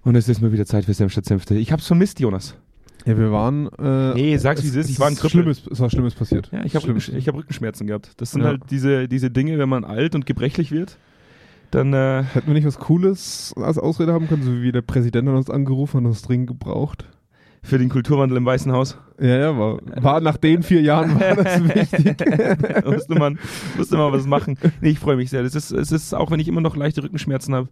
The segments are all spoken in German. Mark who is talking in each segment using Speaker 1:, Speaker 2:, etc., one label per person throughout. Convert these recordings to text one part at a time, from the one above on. Speaker 1: Und es ist mal wieder Zeit für Senf statt Senfte. Ich hab's vermisst, Jonas.
Speaker 2: Ja, wir waren. Äh,
Speaker 1: Nee, sag's, wie es ist. Ich war ein Krüppel.
Speaker 2: Schlimmes, es war Schlimmes passiert.
Speaker 1: Ja, ich habe
Speaker 2: Schlimmes.
Speaker 1: Rücken, ich hab Rückenschmerzen gehabt. Das sind
Speaker 2: Ja.
Speaker 1: halt diese, diese Dinge, wenn man alt und gebrechlich wird, dann äh,
Speaker 2: Hätten wir halt nicht was Cooles als Ausrede haben können, so wie der Präsident hat uns angerufen und uns dringend gebraucht?
Speaker 1: für den Kulturwandel im Weißen Haus
Speaker 2: Ja, ja, war, war nach den vier Jahren war das wichtig.
Speaker 1: musste man, musste man was machen. Nee, ich freue mich sehr. Das ist, es ist, auch wenn ich immer noch leichte Rückenschmerzen habe.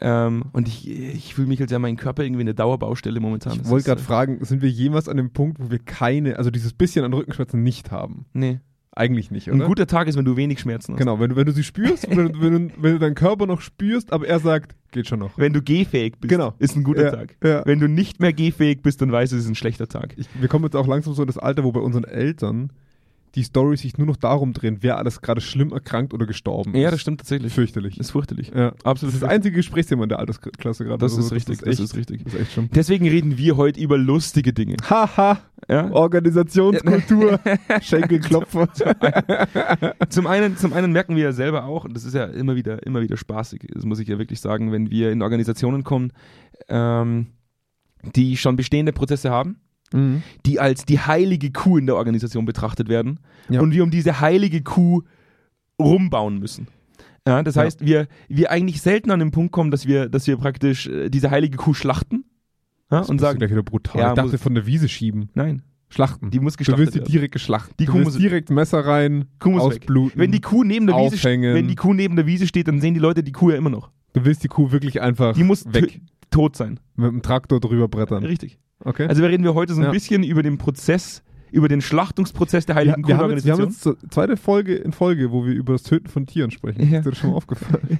Speaker 1: Ähm, und ich, ich fühle mich als ja mein Körper irgendwie eine Dauerbaustelle momentan.
Speaker 2: Ich
Speaker 1: Das
Speaker 2: wollte
Speaker 1: ist, äh,
Speaker 2: gerade fragen, sind wir jemals an dem Punkt, wo wir keine, also dieses bisschen an Rückenschmerzen nicht haben?
Speaker 1: äh, Nee.
Speaker 2: Eigentlich nicht,
Speaker 1: Ein
Speaker 2: oder?
Speaker 1: guter Tag ist, wenn du wenig Schmerzen hast.
Speaker 2: Genau, wenn du, wenn du sie spürst, wenn, du- wenn, du, wenn du deinen Körper noch spürst, aber er sagt, geht schon noch.
Speaker 1: Wenn du gehfähig bist,
Speaker 2: Genau.
Speaker 1: ist ein guter
Speaker 2: Ja,
Speaker 1: Tag.
Speaker 2: ja.
Speaker 1: Wenn du nicht mehr gehfähig bist, dann weißt du, es ist ein schlechter Tag.
Speaker 2: Ich, wir kommen jetzt auch langsam so in das Alter, wo bei unseren Eltern die Storys sich nur noch darum drehen, wer alles gerade schlimm erkrankt oder gestorben ist.
Speaker 1: Ja, das stimmt tatsächlich.
Speaker 2: Fürchterlich.
Speaker 1: Ist fürchterlich.
Speaker 2: Ja.
Speaker 1: Absolut.
Speaker 2: Das ist das einzige Gesprächsthema in der Altersklasse gerade.
Speaker 1: Das ist
Speaker 2: so,
Speaker 1: richtig, das
Speaker 2: echt-
Speaker 1: ist richtig.
Speaker 2: Das ist echt schlimm.
Speaker 1: Deswegen reden wir heute über lustige Dinge.
Speaker 2: Haha,
Speaker 1: Ja?
Speaker 2: Organisationskultur, Schenkelklopfer.
Speaker 1: Zum einen, zum einen merken wir ja selber auch, und das ist ja immer wieder, immer wieder spaßig, das muss ich ja wirklich sagen, wenn wir in Organisationen kommen, ähm, die schon bestehende Prozesse haben,
Speaker 2: Mhm.
Speaker 1: die als die heilige Kuh in der Organisation betrachtet werden
Speaker 2: Ja.
Speaker 1: und wir um diese heilige Kuh rumbauen müssen. Ja, das
Speaker 2: Ja.
Speaker 1: heißt, wir, wir eigentlich selten an den Punkt kommen, dass wir, dass wir praktisch äh, diese heilige Kuh schlachten ja,
Speaker 2: Das
Speaker 1: und
Speaker 2: bist du
Speaker 1: sagen,
Speaker 2: gleich wieder brutal.
Speaker 1: Ja,
Speaker 2: ich dachte, von der Wiese schieben.
Speaker 1: nein,
Speaker 2: Schlachten.
Speaker 1: die muss
Speaker 2: du
Speaker 1: geschlachtet
Speaker 2: willst die
Speaker 1: werden.
Speaker 2: direkt geschlachtet.
Speaker 1: Die
Speaker 2: du
Speaker 1: Kuh
Speaker 2: willst
Speaker 1: muss-
Speaker 2: direkt Messer rein,
Speaker 1: Kuh muss weg.
Speaker 2: ausbluten.
Speaker 1: Wenn die Kuh neben der Wiese
Speaker 2: Aufhängen.
Speaker 1: steht, wenn die Kuh neben der Wiese steht, dann sehen die Leute die Kuh ja immer noch.
Speaker 2: du willst die Kuh wirklich einfach
Speaker 1: Die muss
Speaker 2: weg.
Speaker 1: t- tot sein.
Speaker 2: Mit dem Traktor drüber brettern.
Speaker 1: Richtig.
Speaker 2: Okay.
Speaker 1: Also wir reden wir heute so ein
Speaker 2: Ja.
Speaker 1: bisschen über den Prozess, über den Schlachtungsprozess der
Speaker 2: wir,
Speaker 1: Heiligen
Speaker 2: wir, haben jetzt, wir haben
Speaker 1: Kuhorganisation.
Speaker 2: jetzt zur- zweite Folge in Folge, wo wir über das Töten von Tieren sprechen.
Speaker 1: Ja.
Speaker 2: Ist dir das schon mal aufgefallen?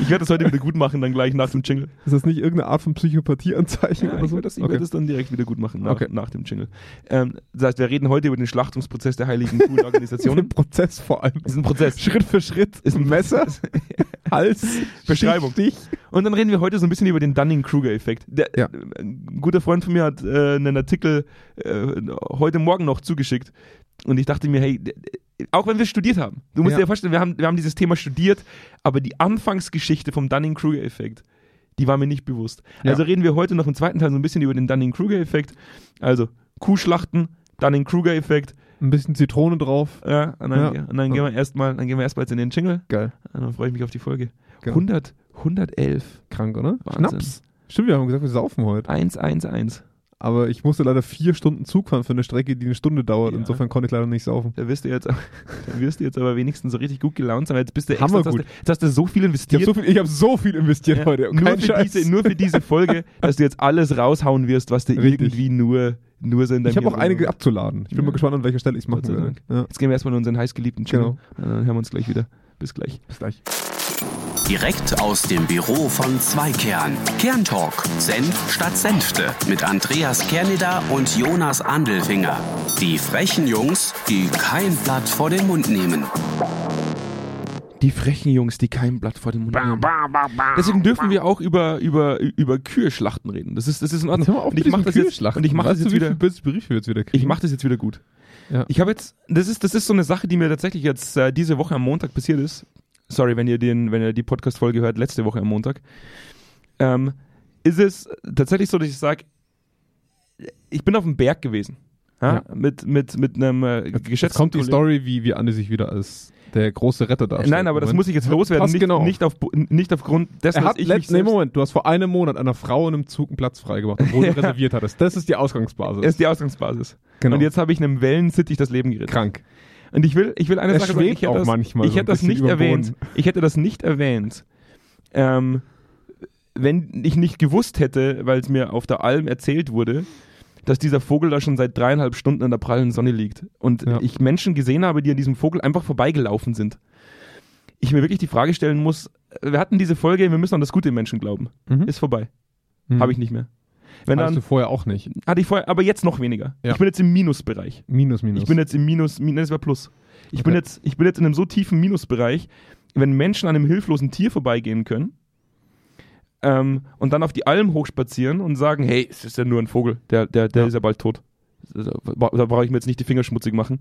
Speaker 1: Ich werde das heute wieder gut machen, dann gleich nach dem Jingle.
Speaker 2: Ist das nicht irgendeine Art von Psychopathie-Anzeichen
Speaker 1: Ja,
Speaker 2: oder
Speaker 1: ich
Speaker 2: so?
Speaker 1: werde das, ich
Speaker 2: okay.
Speaker 1: werd das dann direkt wieder gut machen nach,
Speaker 2: Okay.
Speaker 1: nach dem Jingle. Ähm, das heißt, wir reden heute über den Schlachtungsprozess der Heiligen
Speaker 2: das ist ein
Speaker 1: Kuhorganisationen.
Speaker 2: Prozess vor allem.
Speaker 1: Das ist ein Prozess.
Speaker 2: Schritt für Schritt ist ein Messer, Hals,
Speaker 1: Beschreibung.
Speaker 2: Stich,
Speaker 1: Und dann reden wir heute so ein bisschen über den Dunning-Kruger-Effekt. Der- äh,
Speaker 2: Ja.
Speaker 1: Ein guter Freund von mir hat äh, einen Artikel äh, heute Morgen noch zugeschickt. Und ich dachte mir, hey, d- d- auch wenn wir studiert haben, du musst
Speaker 2: Ja.
Speaker 1: dir vorstellen, wir haben, wir haben dieses Thema studiert, aber die Anfangsgeschichte vom Dunning-Kruger-Effekt, die war mir nicht bewusst.
Speaker 2: Ja.
Speaker 1: Also reden wir heute noch im zweiten Teil so ein bisschen über den Dunning-Kruger-Effekt. Also Kuhschlachten, Dunning-Kruger-Effekt.
Speaker 2: ein bisschen Zitrone drauf.
Speaker 1: Ja, und dann,
Speaker 2: Ja.
Speaker 1: Und dann gehen wir erstmal dann gehen wir erstmal jetzt in den Jingle.
Speaker 2: Geil.
Speaker 1: Und dann freue ich mich auf die Folge.
Speaker 2: Genau.
Speaker 1: 100, 111,
Speaker 2: Krank, oder?
Speaker 1: Wahnsinn.
Speaker 2: Schnaps. Stimmt, wir haben gesagt, wir saufen heute.
Speaker 1: 111.
Speaker 2: Aber ich musste leider vier Stunden Zug fahren für eine Strecke, die eine Stunde dauert.
Speaker 1: Ja.
Speaker 2: Insofern konnte ich leider nicht saufen.
Speaker 1: Da wirst du jetzt, da wirst du jetzt aber wenigstens so richtig gut gelaunt sein. weil Jetzt bist du
Speaker 2: Hammergut.
Speaker 1: jetzt hast du, jetzt hast du so
Speaker 2: Ich
Speaker 1: viel
Speaker 2: habe
Speaker 1: investiert.
Speaker 2: so, viel- ich hab so viel investiert
Speaker 1: Ja,
Speaker 2: heute.
Speaker 1: nur,
Speaker 2: Kein
Speaker 1: für
Speaker 2: Scheiß.
Speaker 1: diese, nur für diese Folge, dass du jetzt alles raushauen wirst, was dir
Speaker 2: Richtig.
Speaker 1: irgendwie nur, nur so in deinem
Speaker 2: ich habe auch
Speaker 1: Hirn
Speaker 2: einige
Speaker 1: rumläuft.
Speaker 2: abzuladen. Ich bin
Speaker 1: Ja.
Speaker 2: mal gespannt, an welcher Stelle ich es machen
Speaker 1: Gott sei
Speaker 2: werde.
Speaker 1: Dank.
Speaker 2: Ja.
Speaker 1: Jetzt gehen wir erstmal in unseren heißgeliebten Channel.
Speaker 2: Genau.
Speaker 1: Dann hören wir uns gleich wieder. Bis gleich.
Speaker 2: Bis gleich.
Speaker 3: Direkt aus dem Büro von Zweikern. Kerntalk. Senf statt Senfte. Mit Andreas Kerneder und Jonas Andelfinger. Die frechen Jungs, die kein Blatt vor den Mund nehmen.
Speaker 1: Die frechen Jungs, die kein Blatt vor dem Mund haben. Deswegen dürfen wir auch über, über, über Kühe-Schlachten reden. Das ist, das ist in Ordnung. Und ich mache das jetzt, und ich mache das jetzt wieder.
Speaker 2: Brief wir jetzt wieder kriegen?
Speaker 1: Ich mache das jetzt wieder gut.
Speaker 2: Mhm. Ja.
Speaker 1: Ich habe jetzt, das ist, das ist so eine Sache, die mir tatsächlich jetzt äh, diese Woche am Montag passiert ist. Sorry, wenn ihr den, wenn ihr die Podcast-Folge hört, letzte Woche am Montag. Ähm, ist es tatsächlich so, dass ich sage, ich bin auf dem Berg gewesen. Ja?
Speaker 2: Ja.
Speaker 1: Mit, mit, mit einem äh,
Speaker 2: Jetzt
Speaker 1: geschätzten
Speaker 2: kommt die
Speaker 1: Kollegen.
Speaker 2: Story, wie, wie Anne sich wieder als der große Retter darstellt.
Speaker 1: Nein, aber das muss ich jetzt loswerden.
Speaker 2: Passt
Speaker 1: Nicht,
Speaker 2: genau.
Speaker 1: nicht, auf, nicht aufgrund dessen,
Speaker 2: Er hat
Speaker 1: dass ich mich
Speaker 2: letzten nee,
Speaker 1: selbst-
Speaker 2: Moment, du hast vor einem Monat einer Frau in einem Zug einen Platz freigemacht, obwohl du reserviert hattest. Das ist die Ausgangsbasis.
Speaker 1: ist die Ausgangsbasis.
Speaker 2: Genau.
Speaker 1: Und jetzt habe ich einem Wellensittich das Leben gerettet.
Speaker 2: krank.
Speaker 1: Und ich will, ich will eine
Speaker 2: Er
Speaker 1: Sache
Speaker 2: schwebt
Speaker 1: ich hätte
Speaker 2: auch
Speaker 1: das,
Speaker 2: manchmal
Speaker 1: ich
Speaker 2: so ein
Speaker 1: hätte das
Speaker 2: bisschen
Speaker 1: nicht
Speaker 2: über dem
Speaker 1: erwähnt. Ich hätte das nicht erwähnt, ähm, wenn ich nicht gewusst hätte, weil es mir auf der Alm erzählt wurde, dass dieser Vogel da schon seit dreieinhalb Stunden in der prallen Sonne liegt. Und
Speaker 2: Ja.
Speaker 1: ich Menschen gesehen habe, die an diesem Vogel einfach vorbeigelaufen sind. Ich mir wirklich die Frage stellen muss, äh, wir hatten diese Folge, wir müssen an das Gute im Menschen glauben.
Speaker 2: Mhm.
Speaker 1: Ist vorbei.
Speaker 2: Mhm.
Speaker 1: Habe ich nicht mehr. Wenn
Speaker 2: Hattest du
Speaker 1: dann,
Speaker 2: vorher auch nicht.
Speaker 1: hatte ich vorher, aber jetzt noch weniger.
Speaker 2: Ja.
Speaker 1: Ich bin jetzt im Minusbereich.
Speaker 2: Minus, minus.
Speaker 1: Ich bin jetzt im Minus, Minus war Plus. Ich, bin
Speaker 2: Okay.
Speaker 1: jetzt, ich bin jetzt in einem so tiefen Minusbereich, wenn Menschen an einem hilflosen Tier vorbeigehen können ähm, und dann auf die Alm hochspazieren und sagen, hey, es ist ja nur ein Vogel, der, der, der
Speaker 2: Ja.
Speaker 1: ist ja bald tot. also, da brauche ich mir jetzt nicht die Finger schmutzig machen.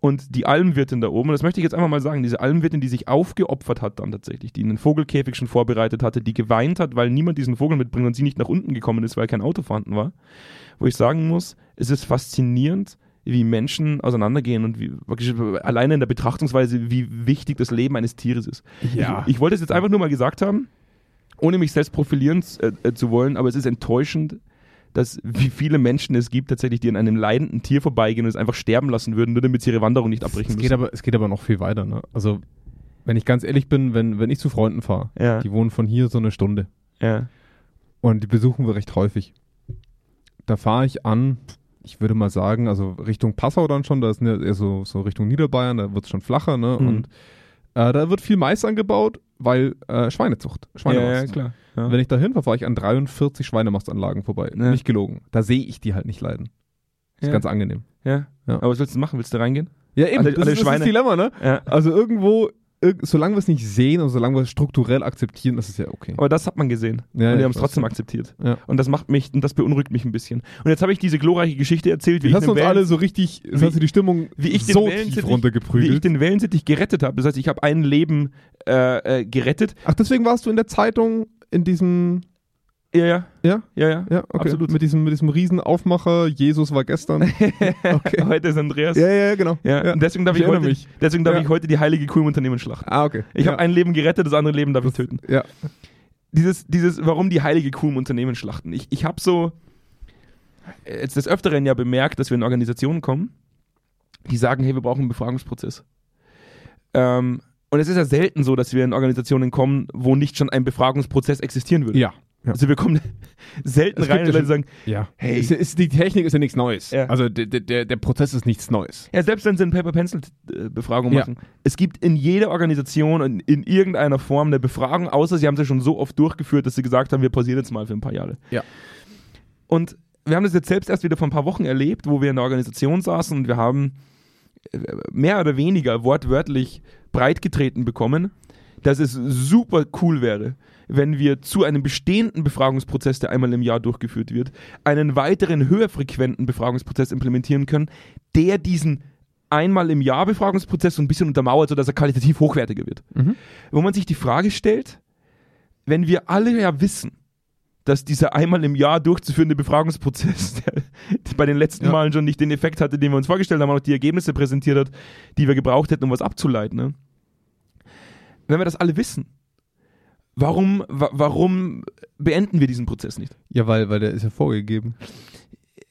Speaker 1: Und die Almwirtin da oben, und das möchte ich jetzt einfach mal sagen, diese Almwirtin, die sich aufgeopfert hat dann tatsächlich, die einen Vogelkäfig schon vorbereitet hatte, die geweint hat, weil niemand diesen Vogel mitbringt und sie nicht nach unten gekommen ist, weil kein Auto vorhanden war, wo ich sagen muss, es ist faszinierend, wie Menschen auseinandergehen und wie praktisch alleine in der Betrachtungsweise, wie wichtig das Leben eines Tieres ist.
Speaker 2: Ja.
Speaker 1: Ich, ich wollte es jetzt einfach nur mal gesagt haben, ohne mich selbst profilieren äh, äh, zu wollen, aber es ist enttäuschend, dass wie viele Menschen es gibt tatsächlich, die an einem leidenden Tier vorbeigehen und es einfach sterben lassen würden, nur damit sie ihre Wanderung nicht abbrechen
Speaker 2: es, geht
Speaker 1: müssen.
Speaker 2: aber, es geht aber noch viel weiter. Ne? Also, wenn ich ganz ehrlich bin, wenn, wenn ich zu Freunden fahre,
Speaker 1: Ja.
Speaker 2: die wohnen von hier so eine Stunde
Speaker 1: Ja.
Speaker 2: und die besuchen wir recht häufig. Da fahre ich an, ich würde mal sagen, also Richtung Passau dann schon, da ist ne, eher so, so Richtung Niederbayern, da wird es schon flacher. Ne?
Speaker 1: Mhm.
Speaker 2: Und äh, da wird viel Mais angebaut, weil äh, Schweinezucht, Schweinemast.
Speaker 1: klar.
Speaker 2: Wenn ich da hinfahre, fahre ich an 43 Schweinemastanlagen vorbei.
Speaker 1: Ja.
Speaker 2: Nicht gelogen. Da sehe ich die halt nicht leiden. Ist
Speaker 1: Ja.
Speaker 2: ganz angenehm.
Speaker 1: ja.
Speaker 2: Ja.
Speaker 1: Aber was willst du machen? Willst du reingehen?
Speaker 2: Ja, eben.
Speaker 1: Alle-
Speaker 2: das,
Speaker 1: alle
Speaker 2: ist, das ist
Speaker 1: Schweine.
Speaker 2: das Dilemma, ne?
Speaker 1: Ja.
Speaker 2: Also irgendwo, irg solange wir es nicht sehen und solange wir es strukturell akzeptieren, das ist ja okay.
Speaker 1: Aber das hat man gesehen.
Speaker 2: Ja,
Speaker 1: und die
Speaker 2: ich
Speaker 1: haben es
Speaker 2: weiß.
Speaker 1: trotzdem akzeptiert.
Speaker 2: Ja.
Speaker 1: Und das macht mich, und das beunruhigt mich ein bisschen. Und jetzt habe ich diese glorreiche Geschichte erzählt, wie
Speaker 2: Jetzt hast
Speaker 1: ich einen
Speaker 2: du uns
Speaker 1: Van-
Speaker 2: alle so richtig, jetzt
Speaker 1: wie-
Speaker 2: hast du die Stimmung
Speaker 1: wie ich den
Speaker 2: so
Speaker 1: Wellensittich-
Speaker 2: tief
Speaker 1: wie ich
Speaker 2: runtergeprügelt.
Speaker 1: den Wellensittich gerettet habe. Das heißt, ich habe ein Leben äh, äh, gerettet.
Speaker 2: Ach, deswegen warst du in der Zeitung in diesem,
Speaker 1: Ja, ja.
Speaker 2: Ja?
Speaker 1: Ja, ja.
Speaker 2: ja, okay,
Speaker 1: Absolut.
Speaker 2: mit diesem, mit diesem Riesenaufmacher, Jesus war gestern. Okay.
Speaker 1: Heute ist Andreas.
Speaker 2: ja, ja, genau.
Speaker 1: Ja, Und deswegen darf,
Speaker 2: Ich
Speaker 1: ich,
Speaker 2: erinnere
Speaker 1: heute,
Speaker 2: mich.
Speaker 1: Deswegen darf
Speaker 2: Ja.
Speaker 1: ich heute die heilige Kuh im Unternehmen schlachten.
Speaker 2: Ah, okay.
Speaker 1: Ich
Speaker 2: ja.
Speaker 1: habe ein Leben gerettet, das andere Leben darf ich töten.
Speaker 2: Ja.
Speaker 1: Dieses, dieses, warum die heilige Kuh im Unternehmen schlachten. Ich, ich habe so äh, jetzt des Öfteren ja bemerkt, dass wir in Organisationen kommen, die sagen, hey, wir brauchen einen Befragungsprozess. Ähm, und es ist ja selten so, dass wir in Organisationen kommen, wo nicht schon ein Befragungsprozess existieren würde.
Speaker 2: Ja. Ja.
Speaker 1: Also wir kommen selten
Speaker 2: Es
Speaker 1: rein
Speaker 2: gibt
Speaker 1: und
Speaker 2: ja
Speaker 1: Leute sagen,
Speaker 2: ja.
Speaker 1: Hey.
Speaker 2: Ist, ist, die Technik ist ja nichts Neues.
Speaker 1: Ja.
Speaker 2: Also der, der- der, der Prozess ist nichts Neues.
Speaker 1: Ja, selbst wenn sie eine Paper-Pencil-Befragung
Speaker 2: Ja.
Speaker 1: machen. Es gibt in jeder Organisation und in irgendeiner Form eine Befragung, außer sie haben sie schon so oft durchgeführt, dass sie gesagt haben, wir pausieren jetzt mal für ein paar Jahre.
Speaker 2: Ja.
Speaker 1: Und wir haben das jetzt selbst erst wieder vor ein paar Wochen erlebt, wo wir in der Organisation saßen und wir haben äh, mehr oder weniger wortwörtlich breitgetreten bekommen, dass es super cool wäre, wenn wir zu einem bestehenden Befragungsprozess, der einmal im Jahr durchgeführt wird, einen weiteren höherfrequenten Befragungsprozess implementieren können, der diesen einmal im Jahr Befragungsprozess so ein bisschen untermauert, sodass er qualitativ hochwertiger wird.
Speaker 2: Mhm.
Speaker 1: Wo man sich die Frage stellt, wenn wir alle ja wissen, dass dieser einmal im Jahr durchzuführende Befragungsprozess, der bei den letzten
Speaker 2: Ja.
Speaker 1: Malen schon nicht den Effekt hatte, den wir uns vorgestellt haben, auch die Ergebnisse präsentiert hat, die wir gebraucht hätten, um was abzuleiten. Ne? Wenn wir das alle wissen, warum, wa warum beenden wir diesen Prozess nicht?
Speaker 2: Ja, weil, weil der ist ja vorgegeben.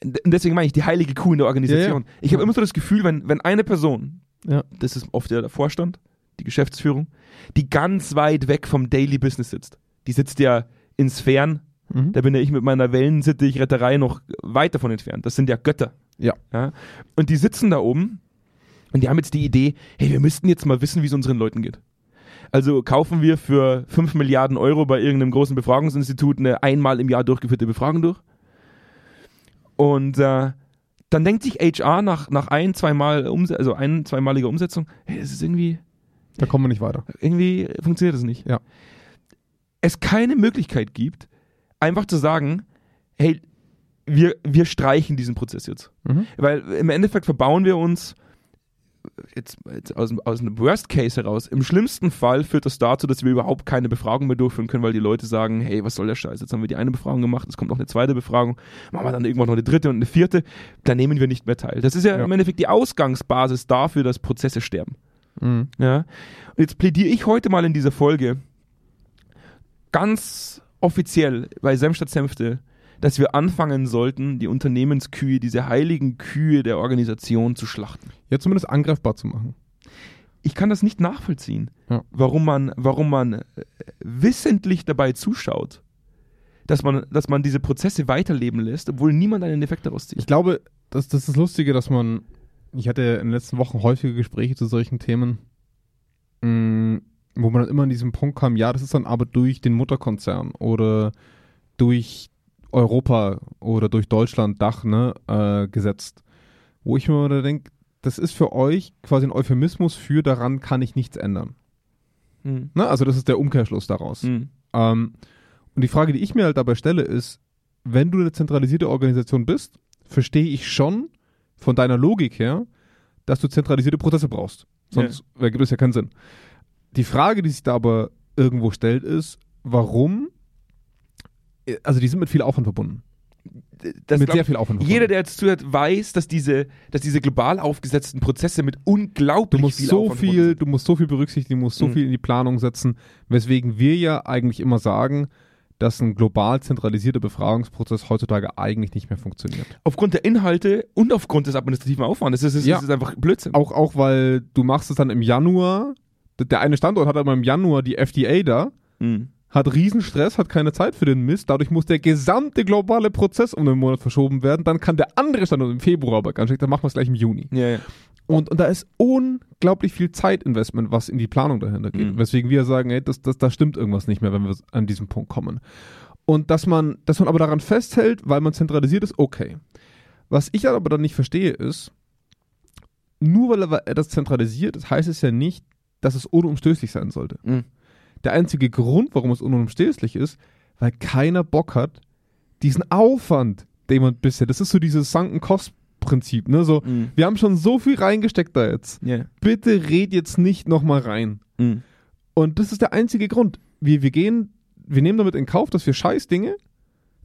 Speaker 1: D- und deswegen meine ich die heilige Kuh in der Organisation. Ich habe
Speaker 2: Ja.
Speaker 1: immer so das Gefühl, wenn, wenn eine Person,
Speaker 2: Ja.
Speaker 1: das ist oft ja der Vorstand, die Geschäftsführung, die ganz weit weg vom Daily Business sitzt, die sitzt ja ins Fern,
Speaker 2: Mhm.
Speaker 1: da bin ja ich mit meiner Wellensittich-Retterei noch weit davon entfernt. Das sind ja Götter.
Speaker 2: Ja.
Speaker 1: ja. Und die sitzen da oben und die haben jetzt die Idee, hey, wir müssten jetzt mal wissen, wie es unseren Leuten geht. Also kaufen wir für 5 Milliarden Euro bei irgendeinem großen Befragungsinstitut eine einmal im Jahr durchgeführte Befragung durch. Und äh, dann denkt sich HR nach, nach ein, zweimal Umse also ein, zweimaliger Umsetzung, hey, das ist irgendwie,
Speaker 2: Da kommen wir nicht weiter.
Speaker 1: irgendwie funktioniert das nicht.
Speaker 2: Ja.
Speaker 1: Es keine Möglichkeit gibt, einfach zu sagen, hey, wir, wir streichen diesen Prozess jetzt.
Speaker 2: Mhm.
Speaker 1: Weil im Endeffekt verbauen wir uns jetzt, jetzt aus, dem- aus dem Worst Case heraus. Im schlimmsten Fall führt das dazu, dass wir überhaupt keine Befragung mehr durchführen können, weil die Leute sagen, hey, was soll der Scheiß? Jetzt haben wir die eine Befragung gemacht, es kommt noch eine zweite Befragung, machen wir dann irgendwann noch eine dritte und eine vierte, da nehmen wir nicht mehr teil. Das ist ja,
Speaker 2: Ja.
Speaker 1: im Endeffekt die Ausgangsbasis dafür, dass Prozesse sterben. Ja. Und jetzt plädiere ich heute mal in dieser Folge ganz offiziell bei Semstadt Senfte, dass wir anfangen sollten, die Unternehmenskühe, diese heiligen Kühe der Organisation zu schlachten.
Speaker 2: Ja, zumindest angreifbar zu machen.
Speaker 1: Ich kann das nicht nachvollziehen,
Speaker 2: Ja.
Speaker 1: warum man, warum man äh, wissentlich dabei zuschaut, dass man, dass man diese Prozesse weiterleben lässt, obwohl niemand einen Effekt daraus zieht.
Speaker 2: Ich glaube, das, das ist das Lustige, dass man, ich hatte in den letzten Wochen häufige Gespräche zu solchen Themen, mh, wo man dann immer an diesen Punkt kam, ja, das ist dann aber durch den Mutterkonzern oder durch Europa oder durch Deutschland Dach ne, äh, gesetzt. Wo ich mir da denke, das ist für euch quasi ein Euphemismus für, daran kann ich nichts ändern.
Speaker 1: Hm.
Speaker 2: Ne? Also das ist der Umkehrschluss daraus.
Speaker 1: Hm.
Speaker 2: Ähm, und die Frage, die ich mir halt dabei stelle, ist, wenn du eine zentralisierte Organisation bist, verstehe ich schon, von deiner Logik her, dass du zentralisierte Prozesse brauchst. Sonst ergibt es ja keinen Sinn. Die Frage, die sich da aber irgendwo stellt, ist, warum? Äh, Also die sind mit viel Aufwand verbunden.
Speaker 1: Das
Speaker 2: mit
Speaker 1: glaub-
Speaker 2: sehr viel Aufwand verbunden.
Speaker 1: jeder, der jetzt zuhört, weiß, dass diese, dass diese global aufgesetzten Prozesse mit unglaublich
Speaker 2: du musst
Speaker 1: viel
Speaker 2: so
Speaker 1: Aufwand verbunden
Speaker 2: viel, du musst so viel berücksichtigen, du musst so
Speaker 1: Mhm.
Speaker 2: viel in die Planung setzen, weswegen wir ja eigentlich immer sagen, dass ein global zentralisierter Befragungsprozess heutzutage eigentlich nicht mehr funktioniert.
Speaker 1: aufgrund der Inhalte und aufgrund des administrativen Aufwandes. Das ist,
Speaker 2: Ja.
Speaker 1: das ist einfach Blödsinn.
Speaker 2: Auch, auch weil du machst es dann im Januar. D- Der eine Standort hat aber im Januar die FDA da,
Speaker 1: Mhm.
Speaker 2: hat Riesenstress, hat keine Zeit für den Mist. Dadurch muss der gesamte globale Prozess um einen Monat verschoben werden. Dann kann der andere Standort im Februar aber ganz schlecht, dann machen wir es gleich im Juni.
Speaker 1: Ja, ja.
Speaker 2: Und, und da ist unglaublich viel Zeitinvestment, was in die Planung dahinter geht.
Speaker 1: Mhm.
Speaker 2: Weswegen wir sagen, ey, das, das, da stimmt irgendwas nicht mehr, wenn wir an diesem Punkt kommen. Und dass man, dass man aber daran festhält, weil man zentralisiert ist, okay. Was ich aber dann nicht verstehe ist, nur weil aber etwas zentralisiert ist, heißt es ja nicht, dass es unumstößlich sein sollte.
Speaker 1: Mhm.
Speaker 2: Der einzige Grund, warum es unumstößlich ist, weil keiner Bock hat, diesen Aufwand, den man bisher, das ist so dieses Sanken-Kost-Prinzip, ne? So,
Speaker 1: Mhm.
Speaker 2: wir haben schon so viel reingesteckt da jetzt.
Speaker 1: Ja.
Speaker 2: Bitte red jetzt nicht nochmal rein.
Speaker 1: Mhm.
Speaker 2: Und das ist der einzige Grund. Wir, wir gehen, wir nehmen damit in Kauf, dass wir Scheißdinge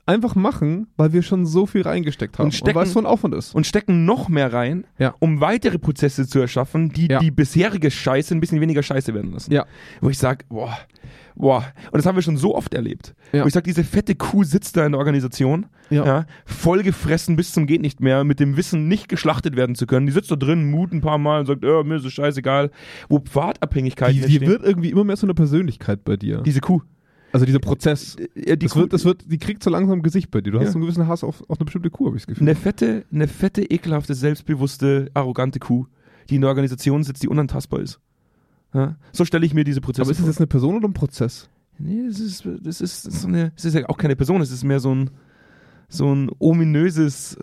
Speaker 2: einfach machen, weil wir schon so viel reingesteckt haben.
Speaker 1: Und stecken-
Speaker 2: weil es so ein Aufwand ist.
Speaker 1: Und stecken noch mehr rein,
Speaker 2: Ja.
Speaker 1: um weitere Prozesse zu erschaffen, die
Speaker 2: Ja.
Speaker 1: die bisherige Scheiße ein bisschen weniger Scheiße werden lassen.
Speaker 2: Ja.
Speaker 1: Wo ich sage, boah, boah. Und das haben wir schon so oft erlebt.
Speaker 2: Ja.
Speaker 1: Wo ich sage, diese fette Kuh sitzt da in der Organisation,
Speaker 2: Ja.
Speaker 1: vollgefressen bis zum geht nicht mehr, mit dem Wissen nicht geschlachtet werden zu können. Die sitzt da drin, mut ein paar Mal und sagt, äh, mir ist es scheißegal. Wo Pfadabhängigkeiten
Speaker 2: Die, die
Speaker 1: entstehen.
Speaker 2: wird irgendwie immer mehr so eine Persönlichkeit bei dir.
Speaker 1: diese Kuh.
Speaker 2: also dieser Prozess.
Speaker 1: Ja, die
Speaker 2: das wird, das wird, die kriegt so langsam ein Gesicht bei dir. Du
Speaker 1: Ja.
Speaker 2: hast so einen gewissen Hass auf, auf eine bestimmte Kuh, habe ich das Gefühl.
Speaker 1: eine fette, eine fette, ekelhafte, selbstbewusste, arrogante Kuh, die in der Organisation sitzt, die unantastbar ist. Ja? So stelle ich mir diese Prozesse
Speaker 2: Aber ist das
Speaker 1: vor.
Speaker 2: jetzt eine Person oder ein Prozess?
Speaker 1: nee, das ist, das ist so eine, das ist ja auch keine Person, es ist mehr so ein, so ein ominöses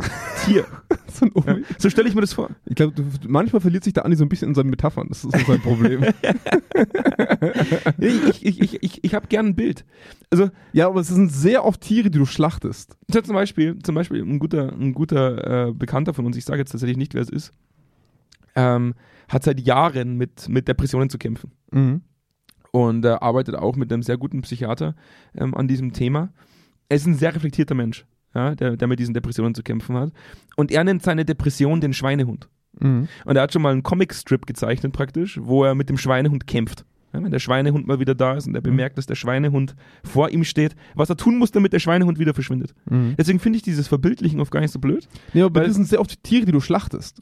Speaker 1: Tier.
Speaker 2: So ein
Speaker 1: Ja?
Speaker 2: Omi-
Speaker 1: So stelle ich mir das vor.
Speaker 2: Ich glaube, du- manchmal verliert sich der Andi so ein bisschen in seinen Metaphern. Das ist so sein Problem.
Speaker 1: Ich, ich, ich, ich, ich habe gern ein Bild. Also
Speaker 2: ja, aber es sind sehr oft Tiere, die du schlachtest.
Speaker 1: Ja, zum Beispiel, zum Beispiel ein guter, ein guter äh, Bekannter von uns, ich sage jetzt tatsächlich nicht, wer es ist, ähm, hat seit Jahren mit, mit Depressionen zu kämpfen
Speaker 2: Mhm.
Speaker 1: und äh, arbeitet auch mit einem sehr guten Psychiater ähm, an diesem Thema. Er ist ein sehr reflektierter Mensch, ja, der, der mit diesen Depressionen zu kämpfen hat. Und er nennt seine Depression den Schweinehund.
Speaker 2: Mhm.
Speaker 1: Und er hat schon mal einen Comicstrip gezeichnet praktisch, wo er mit dem Schweinehund kämpft. Ja, wenn der Schweinehund mal wieder da ist
Speaker 2: Mhm.
Speaker 1: und er bemerkt, dass der Schweinehund vor ihm steht, was er tun muss, damit der Schweinehund wieder verschwindet.
Speaker 2: Mhm.
Speaker 1: Deswegen finde ich dieses Verbildlichen oft gar nicht so blöd.
Speaker 2: Nee, aber bei
Speaker 1: Weil-
Speaker 2: dir sind sehr oft die Tiere, die du schlachtest.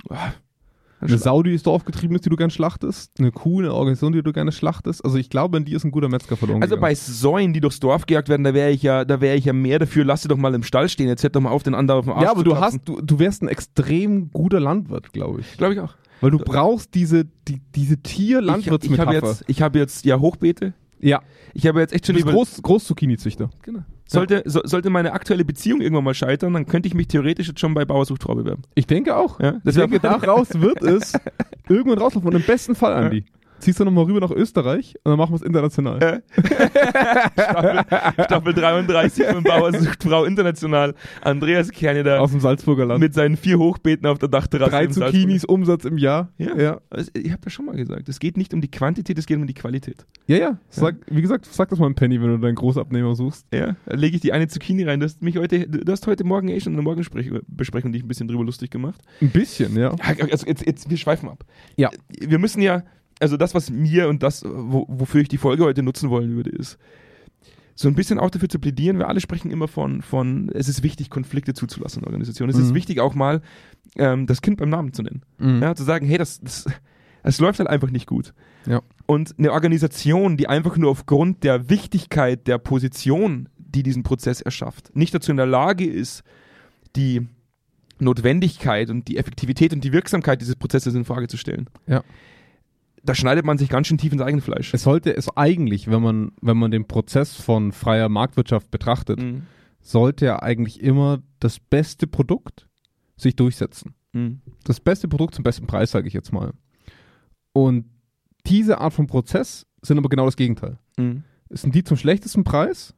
Speaker 2: Eine Sau, die ins Dorf getrieben ist, die du gerne schlachtest. Eine Kuh, eine Organisation, die du gerne schlachtest. Also ich glaube, in dir ist ein guter Metzger verloren
Speaker 1: Also bei
Speaker 2: gegangen.
Speaker 1: Säuen, die durchs Dorf gejagt werden, da wäre ich ja, da wäre ich ja mehr dafür, lass sie doch mal im Stall stehen, jetzt hört doch mal auf, den anderen auf dem Arsch
Speaker 2: Ja, aber
Speaker 1: zu
Speaker 2: du
Speaker 1: kratzen.
Speaker 2: hast, du, du wärst ein extrem guter Landwirt, glaube ich.
Speaker 1: glaube ich auch.
Speaker 2: Weil du brauchst diese, die, diese
Speaker 1: Ich, ich habe
Speaker 2: Tier-Landwirtsmetapher.
Speaker 1: jetzt, ich habe jetzt ja Hochbeete.
Speaker 2: Ja,
Speaker 1: Ich habe jetzt echt
Speaker 2: du
Speaker 1: schon
Speaker 2: bist
Speaker 1: über-
Speaker 2: Groß, Groß-Zucchini-Züchter.
Speaker 1: Genau. Sollte, so, sollte meine aktuelle Beziehung irgendwann mal scheitern, dann könnte ich mich theoretisch jetzt schon bei Bauersucht Frau bewerben.
Speaker 2: Ich denke auch.
Speaker 1: Ja,
Speaker 2: Ich
Speaker 1: das
Speaker 2: denke,
Speaker 1: wär-
Speaker 2: daraus wird es irgendwann rauslaufen. Und im besten Fall, Andi, ziehst du nochmal rüber nach Österreich und dann machen wir es international.
Speaker 1: Staffel 33 von Bauersucht Frau International. Andreas Kerneder
Speaker 2: Aus dem Salzburger Land.
Speaker 1: mit seinen vier Hochbeeten auf der Dachterrasse.
Speaker 2: drei
Speaker 1: im Salzburger-
Speaker 2: Zucchinis Umsatz im Jahr.
Speaker 1: Ja.
Speaker 2: ja.
Speaker 1: Also, Ich habe das schon mal gesagt. Es geht nicht um die Quantität, es geht um die Qualität.
Speaker 2: Ja, ja. Sag, Wie gesagt, sag das mal einem Penny, wenn du deinen Großabnehmer suchst.
Speaker 1: Ja, da lege ich die eine Zucchini rein. Du hast, mich heute, du hast heute Morgen eh schon eine Morgenbesprechung dich ein bisschen drüber lustig gemacht.
Speaker 2: Ein bisschen, ja.
Speaker 1: Also jetzt, jetzt, wir schweifen ab.
Speaker 2: Genau. Ja.
Speaker 1: Wir müssen ja, also das, was mir und das, wo, wofür ich die Folge heute nutzen wollen würde, ist, so ein bisschen auch dafür zu plädieren, wir alle sprechen immer von, von es ist wichtig, Konflikte zuzulassen in Organisationen. Es ist
Speaker 2: Mhm.
Speaker 1: wichtig, auch mal ähm, das Kind beim Namen zu nennen. Ja, zu sagen, hey, das, das, das läuft halt einfach nicht gut.
Speaker 2: Ja.
Speaker 1: Und eine Organisation, die einfach nur aufgrund der Wichtigkeit der Position, die diesen Prozess erschafft, nicht dazu in der Lage ist, die Notwendigkeit und die Effektivität und die Wirksamkeit dieses Prozesses in Frage zu stellen.
Speaker 2: Ja.
Speaker 1: Da schneidet man sich ganz schön tief ins eigene Fleisch.
Speaker 2: Es sollte es eigentlich, wenn man, wenn man den Prozess von freier Marktwirtschaft betrachtet,
Speaker 1: Mhm.
Speaker 2: sollte ja eigentlich immer das beste Produkt sich durchsetzen.
Speaker 1: Mhm.
Speaker 2: Das beste Produkt zum besten Preis, sage ich jetzt mal. Und diese Art von Prozess sind aber genau das Gegenteil.
Speaker 1: Mhm.
Speaker 2: Es sind die zum schlechtesten Preis,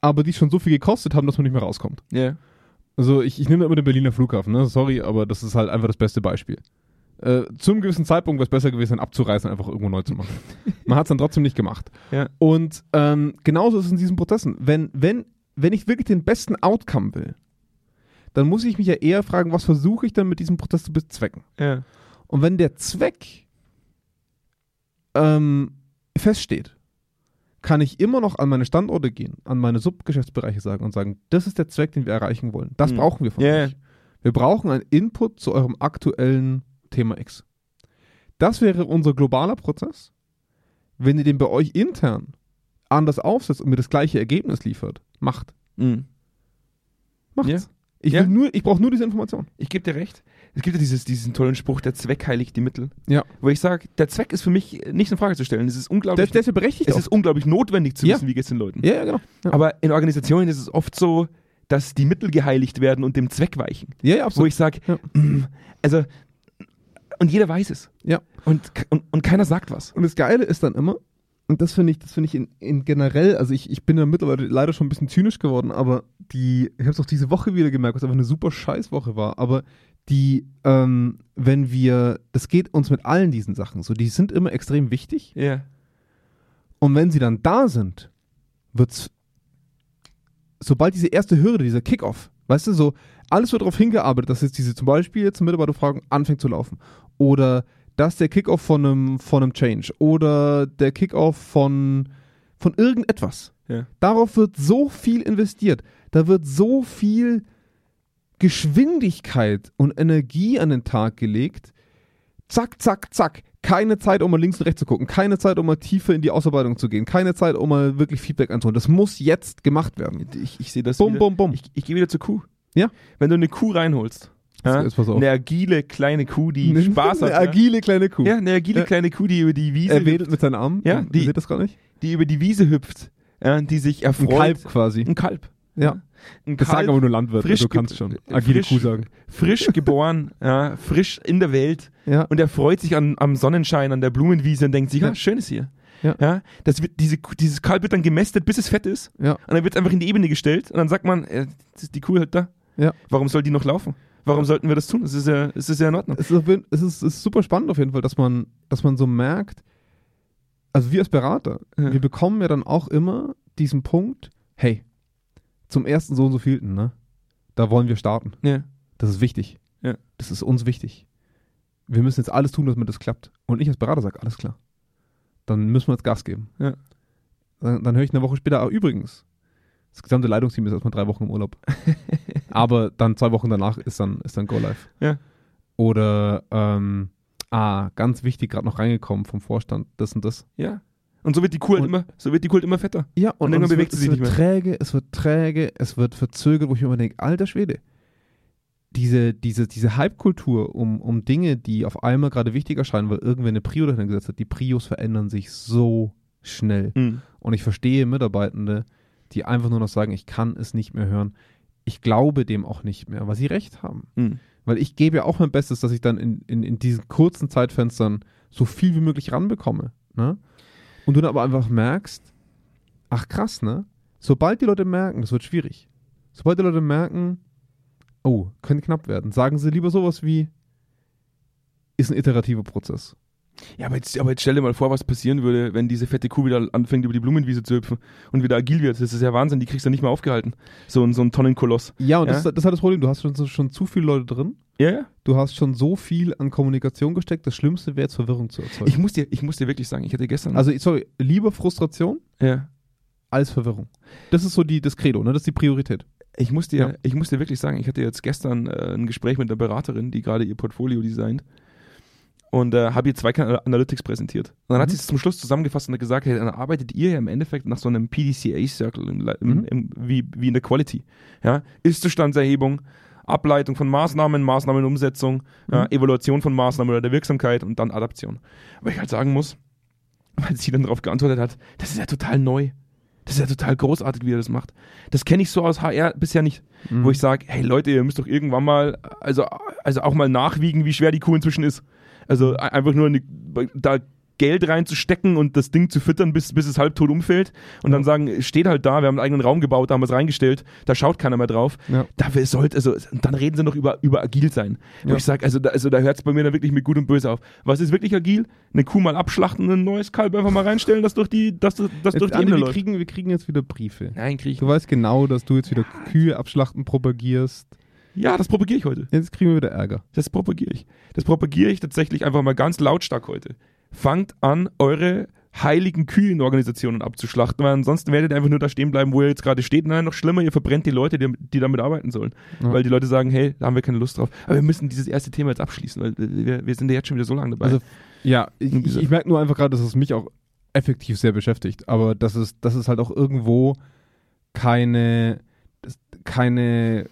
Speaker 2: aber die schon so viel gekostet haben, dass man nicht mehr rauskommt.
Speaker 1: Ja.
Speaker 2: also ich, ich nehme da immer den Berliner Flughafen, ne? sorry, aber das ist halt einfach das beste Beispiel. Äh, zum gewissen Zeitpunkt wäre es besser gewesen, abzureißen, einfach irgendwo neu zu machen. Man hat es dann trotzdem nicht gemacht.
Speaker 1: Ja.
Speaker 2: Und ähm, genauso ist es in diesen Prozessen. Wenn, wenn, wenn ich wirklich den besten Outcome will, dann muss ich mich ja eher fragen, was versuche ich dann mit diesem Prozess zu bezwecken?
Speaker 1: Ja.
Speaker 2: Und wenn der Zweck ähm, feststeht, kann ich immer noch an meine Standorte gehen, an meine Subgeschäftsbereiche sagen und sagen, das ist der Zweck, den wir erreichen wollen. Das
Speaker 1: Mhm.
Speaker 2: brauchen wir von
Speaker 1: Ja,
Speaker 2: euch. Wir brauchen einen Input zu eurem aktuellen Thema X. Das wäre unser globaler Prozess. Wenn ihr den bei euch intern anders aufsetzt und mir das gleiche Ergebnis liefert, macht.
Speaker 1: Mhm.
Speaker 2: Macht's.
Speaker 1: Ja.
Speaker 2: Ich,
Speaker 1: Ja.
Speaker 2: will nur, ich brauche nur diese Information.
Speaker 1: Ich gebe dir recht. Es gibt ja dieses, diesen tollen Spruch, der Zweck heiligt die Mittel.
Speaker 2: Ja.
Speaker 1: Wo ich sage, der Zweck ist für mich nicht in Frage zu stellen. Es ist
Speaker 2: Der,
Speaker 1: unglaublich,
Speaker 2: der ist ja berechtigt.
Speaker 1: es
Speaker 2: auch.
Speaker 1: ist unglaublich notwendig zu
Speaker 2: Ja.
Speaker 1: wissen, wie geht es den Leuten.
Speaker 2: ja, ja, genau. Ja,
Speaker 1: Aber in Organisationen ist es oft so, dass die Mittel geheiligt werden und dem Zweck weichen.
Speaker 2: ja, ja
Speaker 1: Wo
Speaker 2: absolut.
Speaker 1: ich sage,
Speaker 2: Ja.
Speaker 1: also, und jeder weiß es.
Speaker 2: Ja.
Speaker 1: Und, ke- und, und keiner sagt was.
Speaker 2: Und das Geile ist dann immer, und das finde ich, das finde ich in, in generell, also ich, ich bin da mittlerweile leider schon ein bisschen zynisch geworden, aber die, ich habe es auch diese Woche wieder gemerkt, was einfach eine super Scheißwoche war, aber die, ähm, wenn wir, das geht uns mit allen diesen Sachen so, die sind immer extrem wichtig
Speaker 1: Ja.
Speaker 2: und wenn sie dann da sind, wird's, sobald diese erste Hürde, dieser Kickoff, weißt du, so, alles wird darauf hingearbeitet, dass jetzt diese zum Beispiel jetzt eine Mitarbeiterfragen anfängt zu laufen. Oder dass der Kickoff von einem, von einem Change oder der Kickoff von, von irgendetwas.
Speaker 1: Ja.
Speaker 2: Darauf wird so viel investiert. Da wird so viel Geschwindigkeit und Energie an den Tag gelegt. Zack, zack, zack. Keine Zeit, um mal links und rechts zu gucken. Keine Zeit, um mal tiefer in die Ausarbeitung zu gehen. Keine Zeit, um mal wirklich Feedback anzuholen. Das muss jetzt gemacht werden.
Speaker 1: Ich, ich sehe das.
Speaker 2: Bum,
Speaker 1: wieder.
Speaker 2: bum, bum.
Speaker 1: Ich, ich gehe wieder zur Kuh.
Speaker 2: Ja.
Speaker 1: Wenn du eine Kuh reinholst, ja,
Speaker 2: jetzt pass auf.
Speaker 1: eine agile kleine Kuh, die Spaß hat.
Speaker 2: Eine agile kleine Kuh.
Speaker 1: ja, eine agile
Speaker 2: Ja.
Speaker 1: kleine Kuh, die über die Wiese
Speaker 2: er wedelt mit seinen Armen.
Speaker 1: Ja, die-
Speaker 2: die seht das gar nicht.
Speaker 1: die über die Wiese hüpft, ja, die sich
Speaker 2: Ein
Speaker 1: erfreut.
Speaker 2: Kalb quasi.
Speaker 1: Ein Kalb.
Speaker 2: Ja.
Speaker 1: Ein
Speaker 2: Das sagen aber
Speaker 1: Kalb,
Speaker 2: nur Landwirte.
Speaker 1: frisch
Speaker 2: du kannst schon.
Speaker 1: ge- äh,
Speaker 2: Agile
Speaker 1: frisch-
Speaker 2: Kuh sagen.
Speaker 1: frisch geboren, ja, frisch in der Welt
Speaker 2: Ja.
Speaker 1: und er freut sich an, am Sonnenschein, an der Blumenwiese und denkt sich, ja,
Speaker 2: Ja.
Speaker 1: schön ist hier.
Speaker 2: Ja.
Speaker 1: das wird, diese, Kuh- dieses Kalb wird dann gemästet, bis es fett ist
Speaker 2: Ja.
Speaker 1: und dann wird es einfach in die Ebene gestellt und dann sagt man, äh, das ist die Kuh halt da.
Speaker 2: Ja.
Speaker 1: Warum soll die noch laufen? Warum sollten wir das tun? Es ist ja, es ist ja in Ordnung.
Speaker 2: Es ist, auf jeden- es, ist, es ist super spannend auf jeden Fall, dass man, dass man so merkt, also wir als Berater,
Speaker 1: Ja.
Speaker 2: wir bekommen ja dann auch immer diesen Punkt, hey, zum ersten so und so vielten, ne? Da wollen wir starten.
Speaker 1: Ja.
Speaker 2: Das ist wichtig.
Speaker 1: Ja.
Speaker 2: Das ist uns wichtig. Wir müssen jetzt alles tun, damit das klappt. Und ich als Berater sage, alles klar. Dann müssen wir jetzt Gas geben.
Speaker 1: Ja.
Speaker 2: Dann, dann höre ich eine Woche später, ah, übrigens, das gesamte Leitungsteam ist erstmal drei Wochen im Urlaub. Aber dann zwei Wochen danach ist dann, ist dann Go Live.
Speaker 1: Ja.
Speaker 2: Oder, ähm, ah, ganz wichtig, gerade noch reingekommen vom Vorstand, das und das.
Speaker 1: ja. Und so wird die Kuh halt
Speaker 2: Und-
Speaker 1: immer, so wird die Kuh halt immer fetter.
Speaker 2: Ja, und,
Speaker 1: Und irgendwann
Speaker 2: es
Speaker 1: bewegt
Speaker 2: wird,
Speaker 1: sie
Speaker 2: es wird
Speaker 1: sich nicht
Speaker 2: träge, es wird träge, es wird verzögert, wo ich mir immer denke, alter Schwede, diese, diese, diese Hype-Kultur um, um Dinge, die auf einmal gerade wichtig erscheinen, weil irgendwer eine Prio dahin gesetzt hat, die Prios verändern sich so schnell.
Speaker 1: Mhm.
Speaker 2: Und ich verstehe Mitarbeitende, die einfach nur noch sagen, ich kann es nicht mehr hören. Ich glaube dem auch nicht mehr, weil sie recht haben.
Speaker 1: Mhm.
Speaker 2: Weil ich gebe ja auch mein Bestes, dass ich dann in, in, in diesen kurzen Zeitfenstern so viel wie möglich ranbekomme. Ne? Und du dann aber einfach merkst, ach krass, ne? Sobald die Leute merken, das wird schwierig. Sobald die Leute merken, oh, könnte knapp werden, sagen sie lieber sowas wie, ist ein iterativer Prozess.
Speaker 1: Ja, aber jetzt, aber jetzt stell dir mal vor, was passieren würde, wenn diese fette Kuh wieder anfängt, über die Blumenwiese zu hüpfen und wieder agil wird. Das ist ja Wahnsinn, die kriegst du nicht mehr aufgehalten. So, ein- so ein Tonnenkoloss.
Speaker 2: Ja, und
Speaker 1: Ja.
Speaker 2: Das, ist- das ist halt das Problem, du hast schon, schon zu viele Leute drin,
Speaker 1: Ja, ja.
Speaker 2: du hast schon so viel an Kommunikation gesteckt, das Schlimmste wäre jetzt Verwirrung zu
Speaker 1: Ich
Speaker 2: erzeugen.
Speaker 1: muss dir, ich muss dir wirklich sagen, ich hatte gestern.
Speaker 2: also, sorry, lieber Frustration
Speaker 1: ja.
Speaker 2: als Verwirrung. Das ist so die, das Credo, ne? das ist die Priorität.
Speaker 1: Ich muss, dir,
Speaker 2: Ja.
Speaker 1: ich muss dir wirklich sagen, ich hatte jetzt gestern äh, ein Gespräch mit einer Beraterin, die gerade ihr Portfolio designt und äh, habe ihr zwei Kanal Analytics präsentiert. Und dann hat
Speaker 2: Mhm.
Speaker 1: sie es zum Schluss zusammengefasst und hat gesagt, hey, dann arbeitet ihr ja im Endeffekt nach so einem PDCA-Circle, im, Le- im,
Speaker 2: Mhm.
Speaker 1: im, wie, wie in der Quality. Ja? Ist-Zustandserhebung, Ableitung von Maßnahmen, Maßnahmenumsetzung,
Speaker 2: Mhm.
Speaker 1: ja, Evaluation von Maßnahmen oder der Wirksamkeit und dann Adaption. Aber ich halt sagen muss, weil sie dann darauf geantwortet hat, das ist ja total neu. Das ist ja total großartig, wie ihr das macht. Das kenne ich so aus HR bisher nicht wo ich sage, hey Leute, ihr müsst doch irgendwann mal, also, also auch mal nachwiegen, wie schwer die Kuh inzwischen ist. Also e- einfach nur, eine, da Geld reinzustecken und das Ding zu füttern, bis, bis es halbtot umfällt und dann sagen, steht halt da, wir haben einen eigenen Raum gebaut, da haben wir es reingestellt, da schaut keiner mehr drauf.
Speaker 2: Ja.
Speaker 1: Dafür sollte, also dann reden sie noch über, über agil sein. Wo
Speaker 2: Ja.
Speaker 1: ich sage, also da, also da hört es bei mir dann wirklich mit gut und böse auf. Was ist wirklich agil? Eine Kuh mal abschlachten, ein neues Kalb einfach mal reinstellen, das durch die, das, das, das
Speaker 2: Jetzt,
Speaker 1: durch die
Speaker 2: Andi,
Speaker 1: Ebene
Speaker 2: wir,
Speaker 1: läuft.
Speaker 2: kriegen, wir kriegen jetzt wieder Briefe.
Speaker 1: Nein, krieg ich.
Speaker 2: Du weißt genau, dass du jetzt wieder Kühe abschlachten propagierst.
Speaker 1: Ja, das propagiere ich heute.
Speaker 2: Jetzt kriegen wir wieder Ärger.
Speaker 1: Das propagiere ich. Das propagiere ich tatsächlich einfach mal ganz lautstark heute. Fangt an, eure heiligen Kühe in Organisationen abzuschlachten, weil ansonsten werdet ihr einfach nur da stehen bleiben, wo ihr jetzt gerade steht. Nein, noch schlimmer, ihr verbrennt die Leute, die, die damit arbeiten sollen.
Speaker 2: Ja.
Speaker 1: Weil die Leute sagen, hey, da haben wir keine Lust drauf. Aber wir müssen dieses erste Thema jetzt abschließen, weil wir, wir sind ja jetzt schon wieder so lange dabei.
Speaker 2: Also, ja, ich,
Speaker 1: Irgendwie
Speaker 2: ich,
Speaker 1: so.
Speaker 2: ich merke nur einfach gerade, dass es mich auch effektiv sehr beschäftigt. Aber dass es, dass es halt auch irgendwo keine, das, keine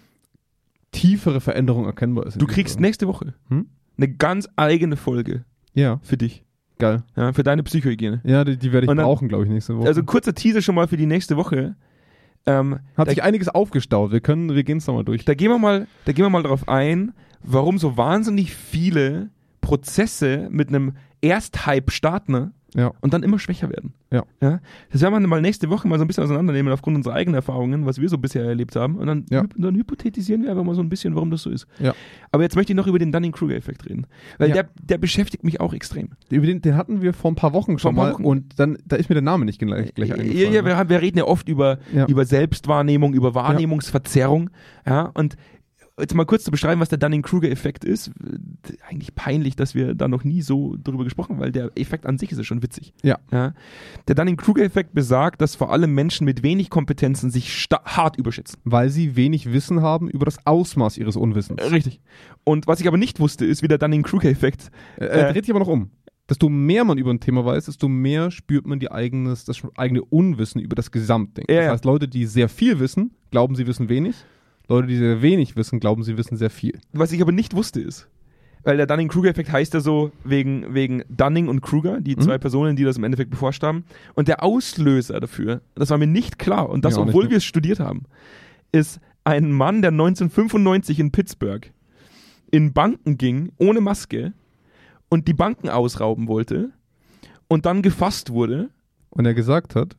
Speaker 2: tiefere Veränderung erkennbar ist. in
Speaker 1: du
Speaker 2: dieser-
Speaker 1: kriegst nächste Woche
Speaker 2: Hm?
Speaker 1: eine ganz eigene Folge
Speaker 2: Ja,
Speaker 1: für dich,
Speaker 2: geil.
Speaker 1: ja, für deine Psychohygiene.
Speaker 2: Ja, die, die werde ich
Speaker 1: Und dann-
Speaker 2: brauchen, glaube ich, nächste Woche.
Speaker 1: Also kurzer Teaser schon mal für die nächste Woche. Ähm,
Speaker 2: Hat
Speaker 1: da-
Speaker 2: sich einiges aufgestaut. Wir können, wir gehen es nochmal durch.
Speaker 1: Da gehen wir mal, da gehen wir mal drauf ein, warum so wahnsinnig viele Prozesse mit einem Ersthype starten ne,
Speaker 2: Ja.
Speaker 1: und dann immer schwächer werden.
Speaker 2: Ja.
Speaker 1: Das werden wir mal nächste Woche mal so ein bisschen auseinandernehmen aufgrund unserer eigenen Erfahrungen, was wir so bisher erlebt haben. Und dann,
Speaker 2: Ja.
Speaker 1: hy- dann hypothetisieren wir einfach mal so ein bisschen, warum das so ist.
Speaker 2: Ja.
Speaker 1: Aber jetzt möchte ich noch über den Dunning-Kruger-Effekt reden. Weil
Speaker 2: Ja.
Speaker 1: der, der beschäftigt mich auch extrem.
Speaker 2: Über den, den hatten wir vor ein paar Wochen schon
Speaker 1: Vor ein paar
Speaker 2: mal
Speaker 1: Wochen.
Speaker 2: und dann, da ist mir der Name nicht gleich, gleich
Speaker 1: ja,
Speaker 2: eingefallen. ne?
Speaker 1: ja, wir, haben- wir reden ja oft über,
Speaker 2: Ja.
Speaker 1: über Selbstwahrnehmung, über Wahrnehmungsverzerrung. Ja. und jetzt mal kurz zu beschreiben, was der Dunning-Kruger-Effekt ist. Eigentlich peinlich, dass wir da noch nie so drüber gesprochen haben, weil der Effekt an sich ist ja schon witzig.
Speaker 2: Ja.
Speaker 1: Der Dunning-Kruger-Effekt besagt, dass vor allem Menschen mit wenig Kompetenzen sich sta- hart überschätzen.
Speaker 2: Weil sie wenig Wissen haben über das Ausmaß ihres Unwissens.
Speaker 1: Richtig. Und was ich aber nicht wusste, ist, wie der Dunning-Kruger-Effekt
Speaker 2: Äh, äh, dreht sich aber noch um. Desto mehr man über ein Thema weiß, desto mehr spürt man die eigenes, das eigene Unwissen über das Gesamtding.
Speaker 1: Ja, ja.
Speaker 2: Das heißt, Leute, die sehr viel wissen, glauben, sie wissen wenig. Leute, die sehr wenig wissen, glauben, sie wissen sehr viel.
Speaker 1: Was ich aber nicht wusste ist, weil der Dunning-Kruger-Effekt heißt ja so wegen, wegen Dunning und Kruger,
Speaker 2: Mhm.
Speaker 1: die zwei Personen, die das im Endeffekt beforscht haben. Und der Auslöser dafür, das war mir nicht klar, und das,
Speaker 2: Ja, auch nicht,
Speaker 1: obwohl
Speaker 2: ne?
Speaker 1: wir es studiert haben, ist ein Mann, der 1995 in Pittsburgh in Banken ging, ohne Maske, und die Banken ausrauben wollte und dann gefasst wurde.
Speaker 2: Und er gesagt hat,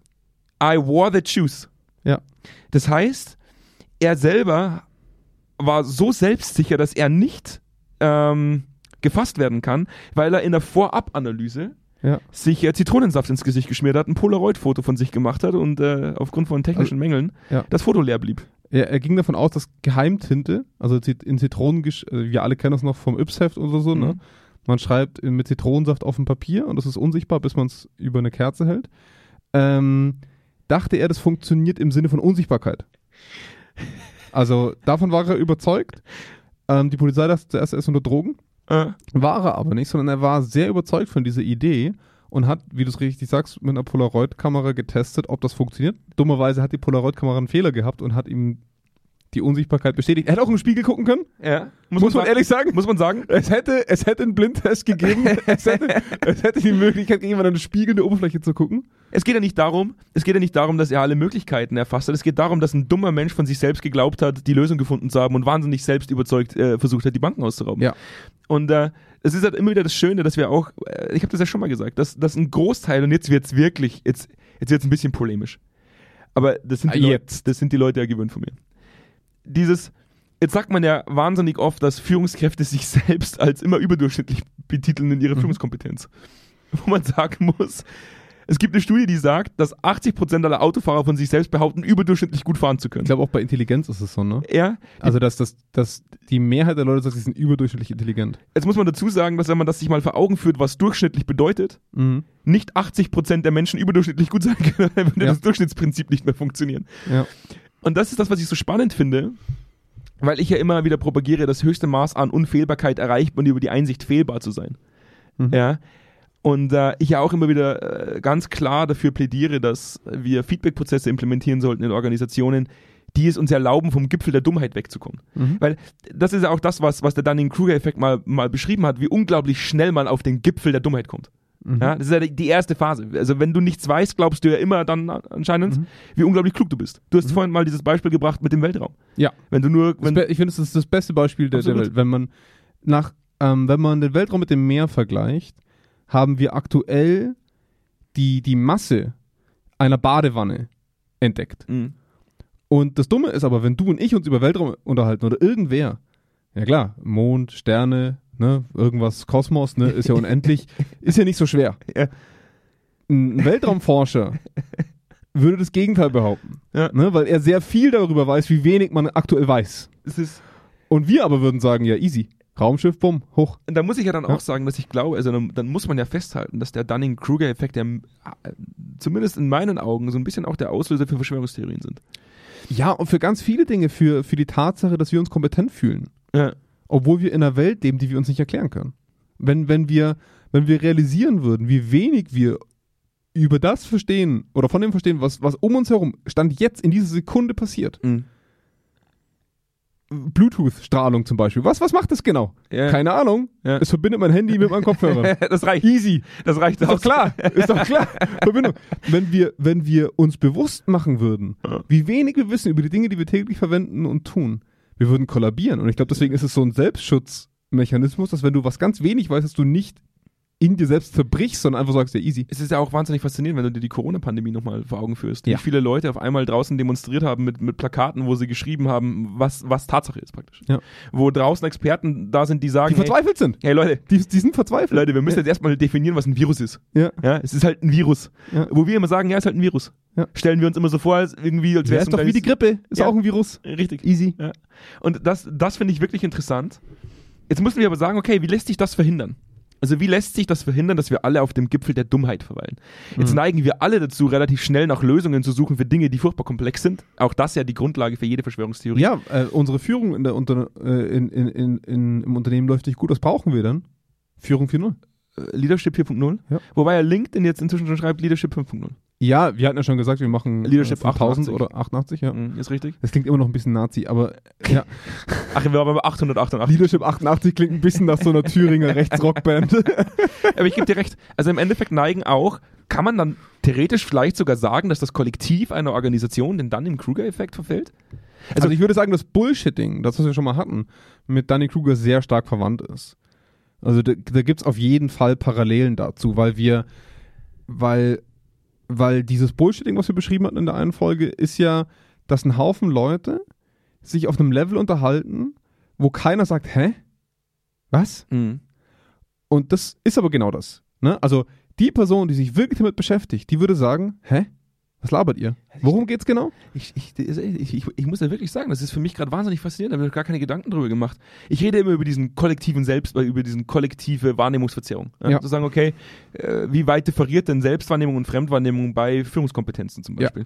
Speaker 1: I wore the shoes.
Speaker 2: Ja.
Speaker 1: Das heißt, er selber war so selbstsicher, dass er nicht ähm, gefasst werden kann, weil er in der Vorab-Analyse
Speaker 2: Ja.
Speaker 1: sich äh, Zitronensaft ins Gesicht geschmiert hat, ein Polaroid-Foto von sich gemacht hat und äh, aufgrund von technischen Mängeln
Speaker 2: ja.
Speaker 1: das Foto leer blieb.
Speaker 2: er, er ging davon aus, dass Geheimtinte, also Zit- in Zitronen, wir alle kennen das noch vom Yps-Heft oder so, ne?
Speaker 1: Mhm.
Speaker 2: Man schreibt in- mit Zitronensaft auf dem Papier und das ist unsichtbar, bis man es über eine Kerze hält. Ähm, dachte er, das funktioniert im Sinne von Unsichtbarkeit. Also davon war er überzeugt. Ähm, die Polizei dachte zuerst, er ist unter Drogen.
Speaker 1: Äh,
Speaker 2: War er aber nicht, sondern er war sehr überzeugt von dieser Idee und hat, wie du es richtig sagst, mit einer Polaroid-Kamera getestet, ob das funktioniert. Dummerweise hat die Polaroid-Kamera einen Fehler gehabt und hat ihm die Unsichtbarkeit bestätigt. Er hätte auch in den Spiegel gucken können.
Speaker 1: ja.
Speaker 2: Muss man
Speaker 1: sagen-
Speaker 2: ehrlich sagen?
Speaker 1: Muss man sagen?
Speaker 2: Es hätte, es hätte einen Blindtest gegeben. es, hätte, es hätte die Möglichkeit gegeben, an eine spiegelnde Oberfläche zu gucken.
Speaker 1: Es geht ja nicht darum, es geht ja nicht darum, dass er alle Möglichkeiten erfasst hat. Es geht darum, dass ein dummer Mensch von sich selbst geglaubt hat, die Lösung gefunden zu haben und wahnsinnig selbst überzeugt äh, versucht hat, die Banken auszurauben.
Speaker 2: Ja.
Speaker 1: Und äh, es ist halt immer wieder das Schöne, dass wir auch, äh, ich habe das ja schon mal gesagt, dass, dass ein Großteil und jetzt wird's wirklich, jetzt jetzt wird's ein bisschen polemisch. Aber das sind
Speaker 2: Ah,
Speaker 1: die Leute, das sind die Leute ja gewöhnt von mir. Dieses Jetzt sagt man ja wahnsinnig oft, dass Führungskräfte sich selbst als immer überdurchschnittlich betiteln in ihrer
Speaker 2: Mhm.
Speaker 1: Führungskompetenz. Wo man sagen muss, es gibt eine Studie, die sagt, dass 80% aller Autofahrer von sich selbst behaupten, überdurchschnittlich gut fahren zu
Speaker 2: Ich
Speaker 1: können.
Speaker 2: glaube, auch bei Intelligenz ist es so, ne?
Speaker 1: Ja,
Speaker 2: Also, dass, dass, dass die Mehrheit der Leute sagt, sie sind überdurchschnittlich intelligent.
Speaker 1: jetzt muss man dazu sagen, dass wenn man das sich mal vor Augen führt, was durchschnittlich bedeutet,
Speaker 2: Mhm.
Speaker 1: nicht 80% der Menschen überdurchschnittlich gut sein können, dann würde
Speaker 2: Ja.
Speaker 1: das Durchschnittsprinzip nicht mehr funktionieren.
Speaker 2: Ja.
Speaker 1: Und das ist das, was ich so spannend finde, weil ich ja immer wieder propagiere, das höchste Maß an Unfehlbarkeit erreicht man über die Einsicht, fehlbar zu sein.
Speaker 2: Mhm.
Speaker 1: Ja. Und äh, ich ja auch immer wieder äh, ganz klar dafür plädiere, dass wir Feedback-Prozesse implementieren sollten in Organisationen, die es uns erlauben, vom Gipfel der Dummheit wegzukommen.
Speaker 2: Mhm.
Speaker 1: Weil das ist ja auch das, was, was der Dunning-Kruger-Effekt mal, mal beschrieben hat, wie unglaublich schnell man auf den Gipfel der Dummheit kommt.
Speaker 2: Mhm.
Speaker 1: Ja, das ist ja die die erste Phase. Also wenn du nichts weißt, glaubst du ja immer dann anscheinend,
Speaker 2: Mhm.
Speaker 1: wie unglaublich klug du bist. Du hast vorhin mal dieses Beispiel gebracht mit dem Weltraum.
Speaker 2: Ja.
Speaker 1: Wenn du nur, wenn,
Speaker 2: Das Be- ich finde, das ist das beste Beispiel der, der
Speaker 1: Absolut.
Speaker 2: Welt. Wenn man, nach, ähm, wenn man den Weltraum mit dem Meer vergleicht, haben wir aktuell die, die Masse einer Badewanne entdeckt.
Speaker 1: Mhm.
Speaker 2: Und das Dumme ist aber, wenn du und ich uns über Weltraum unterhalten oder irgendwer, ja klar, Mond, Sterne, ne, irgendwas, Kosmos, ne, ist ja unendlich, ist ja nicht so schwer.
Speaker 1: Ja.
Speaker 2: Ein Weltraumforscher würde das Gegenteil behaupten,
Speaker 1: Ja.
Speaker 2: ne, weil er sehr viel darüber weiß, wie wenig man aktuell weiß.
Speaker 1: Es ist,
Speaker 2: Und wir aber würden sagen, ja easy, Raumschiff, bumm, hoch.
Speaker 1: und da muss ich ja dann
Speaker 2: Ja.
Speaker 1: auch sagen, dass ich glaube, also dann, dann muss man ja festhalten, dass der Dunning-Kruger-Effekt ja äh, zumindest in meinen Augen so ein bisschen auch der Auslöser für Verschwörungstheorien sind.
Speaker 2: Ja, und für ganz viele Dinge, für, für die Tatsache, dass wir uns kompetent fühlen.
Speaker 1: Ja.
Speaker 2: obwohl wir in einer Welt leben, die wir uns nicht erklären können. Wenn, wenn, wir, wenn wir realisieren würden, wie wenig wir über das verstehen oder von dem verstehen, was, was um uns herum stand jetzt in dieser Sekunde passiert.
Speaker 1: Mhm.
Speaker 2: Bluetooth-Strahlung zum Beispiel. Was, was macht das genau?
Speaker 1: Ja.
Speaker 2: Keine Ahnung.
Speaker 1: Ja.
Speaker 2: Es verbindet mein Handy mit meinem Kopfhörer.
Speaker 1: Das reicht. Easy. Das reicht
Speaker 2: Ist doch
Speaker 1: aus.
Speaker 2: klar, ist doch klar. Verbindung. Wenn wir, wenn wir uns bewusst machen würden,
Speaker 1: Ja.
Speaker 2: wie wenig wir wissen über die Dinge, die wir täglich verwenden und tun, wir würden kollabieren. Und ich glaube, deswegen ist es so ein Selbstschutzmechanismus, dass wenn du was ganz wenig weißt, dass du nicht in dir selbst zerbrichst, sondern einfach sagst, ja, easy.
Speaker 1: Es ist ja auch wahnsinnig faszinierend, wenn du dir die Corona-Pandemie nochmal vor Augen führst.
Speaker 2: Ja.
Speaker 1: Wie viele Leute auf einmal draußen demonstriert haben mit, mit Plakaten, wo sie geschrieben haben, was, was Tatsache ist praktisch.
Speaker 2: Ja.
Speaker 1: Wo draußen Experten da sind, die sagen,
Speaker 2: Die verzweifelt sind.
Speaker 1: hey, hey Leute,
Speaker 2: Die, die sind verzweifelt.
Speaker 1: Leute, wir müssen jetzt erstmal definieren, was ein Virus ist.
Speaker 2: Ja.
Speaker 1: Ja, es ist halt ein Virus.
Speaker 2: Ja.
Speaker 1: Wo wir immer sagen, ja, es ist halt ein Virus.
Speaker 2: Ja.
Speaker 1: Stellen wir uns immer so vor, als irgendwie, als wäre
Speaker 2: ist doch wie die Grippe. Ist
Speaker 1: Ja.
Speaker 2: auch ein Virus.
Speaker 1: Richtig.
Speaker 2: Easy.
Speaker 1: Ja. Und das, das finde ich wirklich interessant. Jetzt müssen wir aber sagen, okay, wie lässt sich das verhindern? Also wie lässt sich das verhindern, dass wir alle auf dem Gipfel der Dummheit verweilen? Jetzt neigen wir alle dazu, relativ schnell nach Lösungen zu suchen für Dinge, die furchtbar komplex sind. Auch das ja die Grundlage für jede Verschwörungstheorie.
Speaker 2: Ja, äh, unsere Führung in der, unter, äh, in, in, in, in, im Unternehmen läuft nicht gut. Was brauchen wir dann? Führung 4.0.
Speaker 1: Äh, Leadership 4.0.
Speaker 2: Ja.
Speaker 1: Wobei ja LinkedIn jetzt inzwischen schon schreibt Leadership 5.0
Speaker 2: Ja, wir hatten ja schon gesagt, wir machen
Speaker 1: Leadership
Speaker 2: 8000
Speaker 1: 88.
Speaker 2: oder 88, ja.
Speaker 1: Mhm, Ist richtig?
Speaker 2: Das klingt immer noch ein bisschen Nazi, aber ja.
Speaker 1: Ach, wir waren bei 888.
Speaker 2: Leadership 88 klingt ein bisschen nach so einer Thüringer Rechtsrockband.
Speaker 1: Aber ich gebe dir recht. Also im Endeffekt neigen auch, kann man dann theoretisch vielleicht sogar sagen, dass das Kollektiv einer Organisation den Dunning-Kruger-Effekt verfällt?
Speaker 2: Also ich würde sagen, dass Bullshitting, das was wir schon mal hatten, mit Danny Kruger sehr stark verwandt ist. Also da, da gibt es auf jeden Fall Parallelen dazu, weil wir, weil, weil dieses Bullshitting, was wir beschrieben hatten in der einen Folge, ist ja, dass ein Haufen Leute sich auf einem Level unterhalten, wo keiner sagt, hä? Was?
Speaker 1: Mhm.
Speaker 2: Und das ist aber genau das. Ne? Also die Person, die sich wirklich damit beschäftigt, die würde sagen, hä? Was labert ihr? Worum geht's genau?
Speaker 1: Ich, ich, ich, ich, ich muss ja wirklich sagen, das ist für mich gerade wahnsinnig faszinierend, da habe ich mir gar keine Gedanken drüber gemacht. Ich rede immer über diesen kollektiven Selbst, äh, über diesen kollektive Wahrnehmungsverzerrung. Ja,
Speaker 2: Ja.
Speaker 1: Zu sagen, okay, äh, wie weit differiert denn Selbstwahrnehmung und Fremdwahrnehmung bei Führungskompetenzen zum
Speaker 2: Ja.
Speaker 1: Beispiel?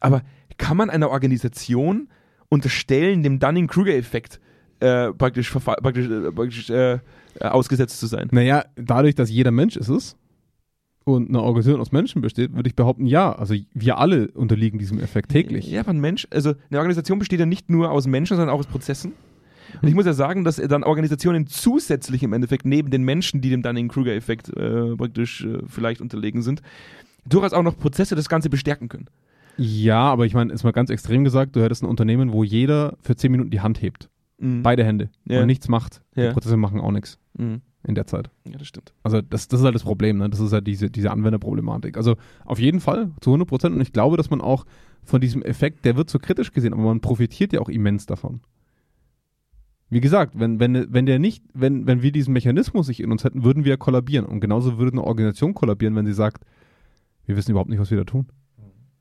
Speaker 1: Aber kann man einer Organisation unterstellen, dem Dunning-Kruger-Effekt äh, praktisch, verfa- praktisch, äh, praktisch äh, äh, ausgesetzt zu sein?
Speaker 2: Naja, dadurch, dass jeder Mensch ist es und eine Organisation aus Menschen besteht, würde ich behaupten, ja. Also wir alle unterliegen diesem Effekt täglich.
Speaker 1: Ja, aber ein Mensch, also eine Organisation besteht ja nicht nur aus Menschen, sondern auch aus Prozessen. Und ich muss ja sagen, dass dann Organisationen zusätzlich im Endeffekt neben den Menschen, die dem Dunning-Kruger-Effekt äh, praktisch äh, vielleicht unterlegen sind, durchaus auch noch Prozesse das Ganze bestärken können.
Speaker 2: Ja, aber ich meine, ist mal ganz extrem gesagt, du hättest ein Unternehmen, wo jeder für 10 Minuten die Hand hebt. Beide Hände.
Speaker 1: Ja.
Speaker 2: Und nichts macht.
Speaker 1: Ja.
Speaker 2: Die Prozesse machen auch nichts
Speaker 1: Mhm.
Speaker 2: in der Zeit.
Speaker 1: Ja, das stimmt.
Speaker 2: Also das, das ist halt das Problem, ne? das ist halt diese, diese Anwenderproblematik. Also auf jeden Fall zu 100 Prozent und ich glaube, dass man auch von diesem Effekt, der wird so kritisch gesehen, aber man profitiert ja auch immens davon. Wie gesagt, wenn, wenn, wenn der nicht, wenn, wenn wir diesen Mechanismus nicht in uns hätten, würden wir ja kollabieren. Und genauso würde eine Organisation kollabieren, wenn sie sagt, wir wissen überhaupt nicht, was wir da tun.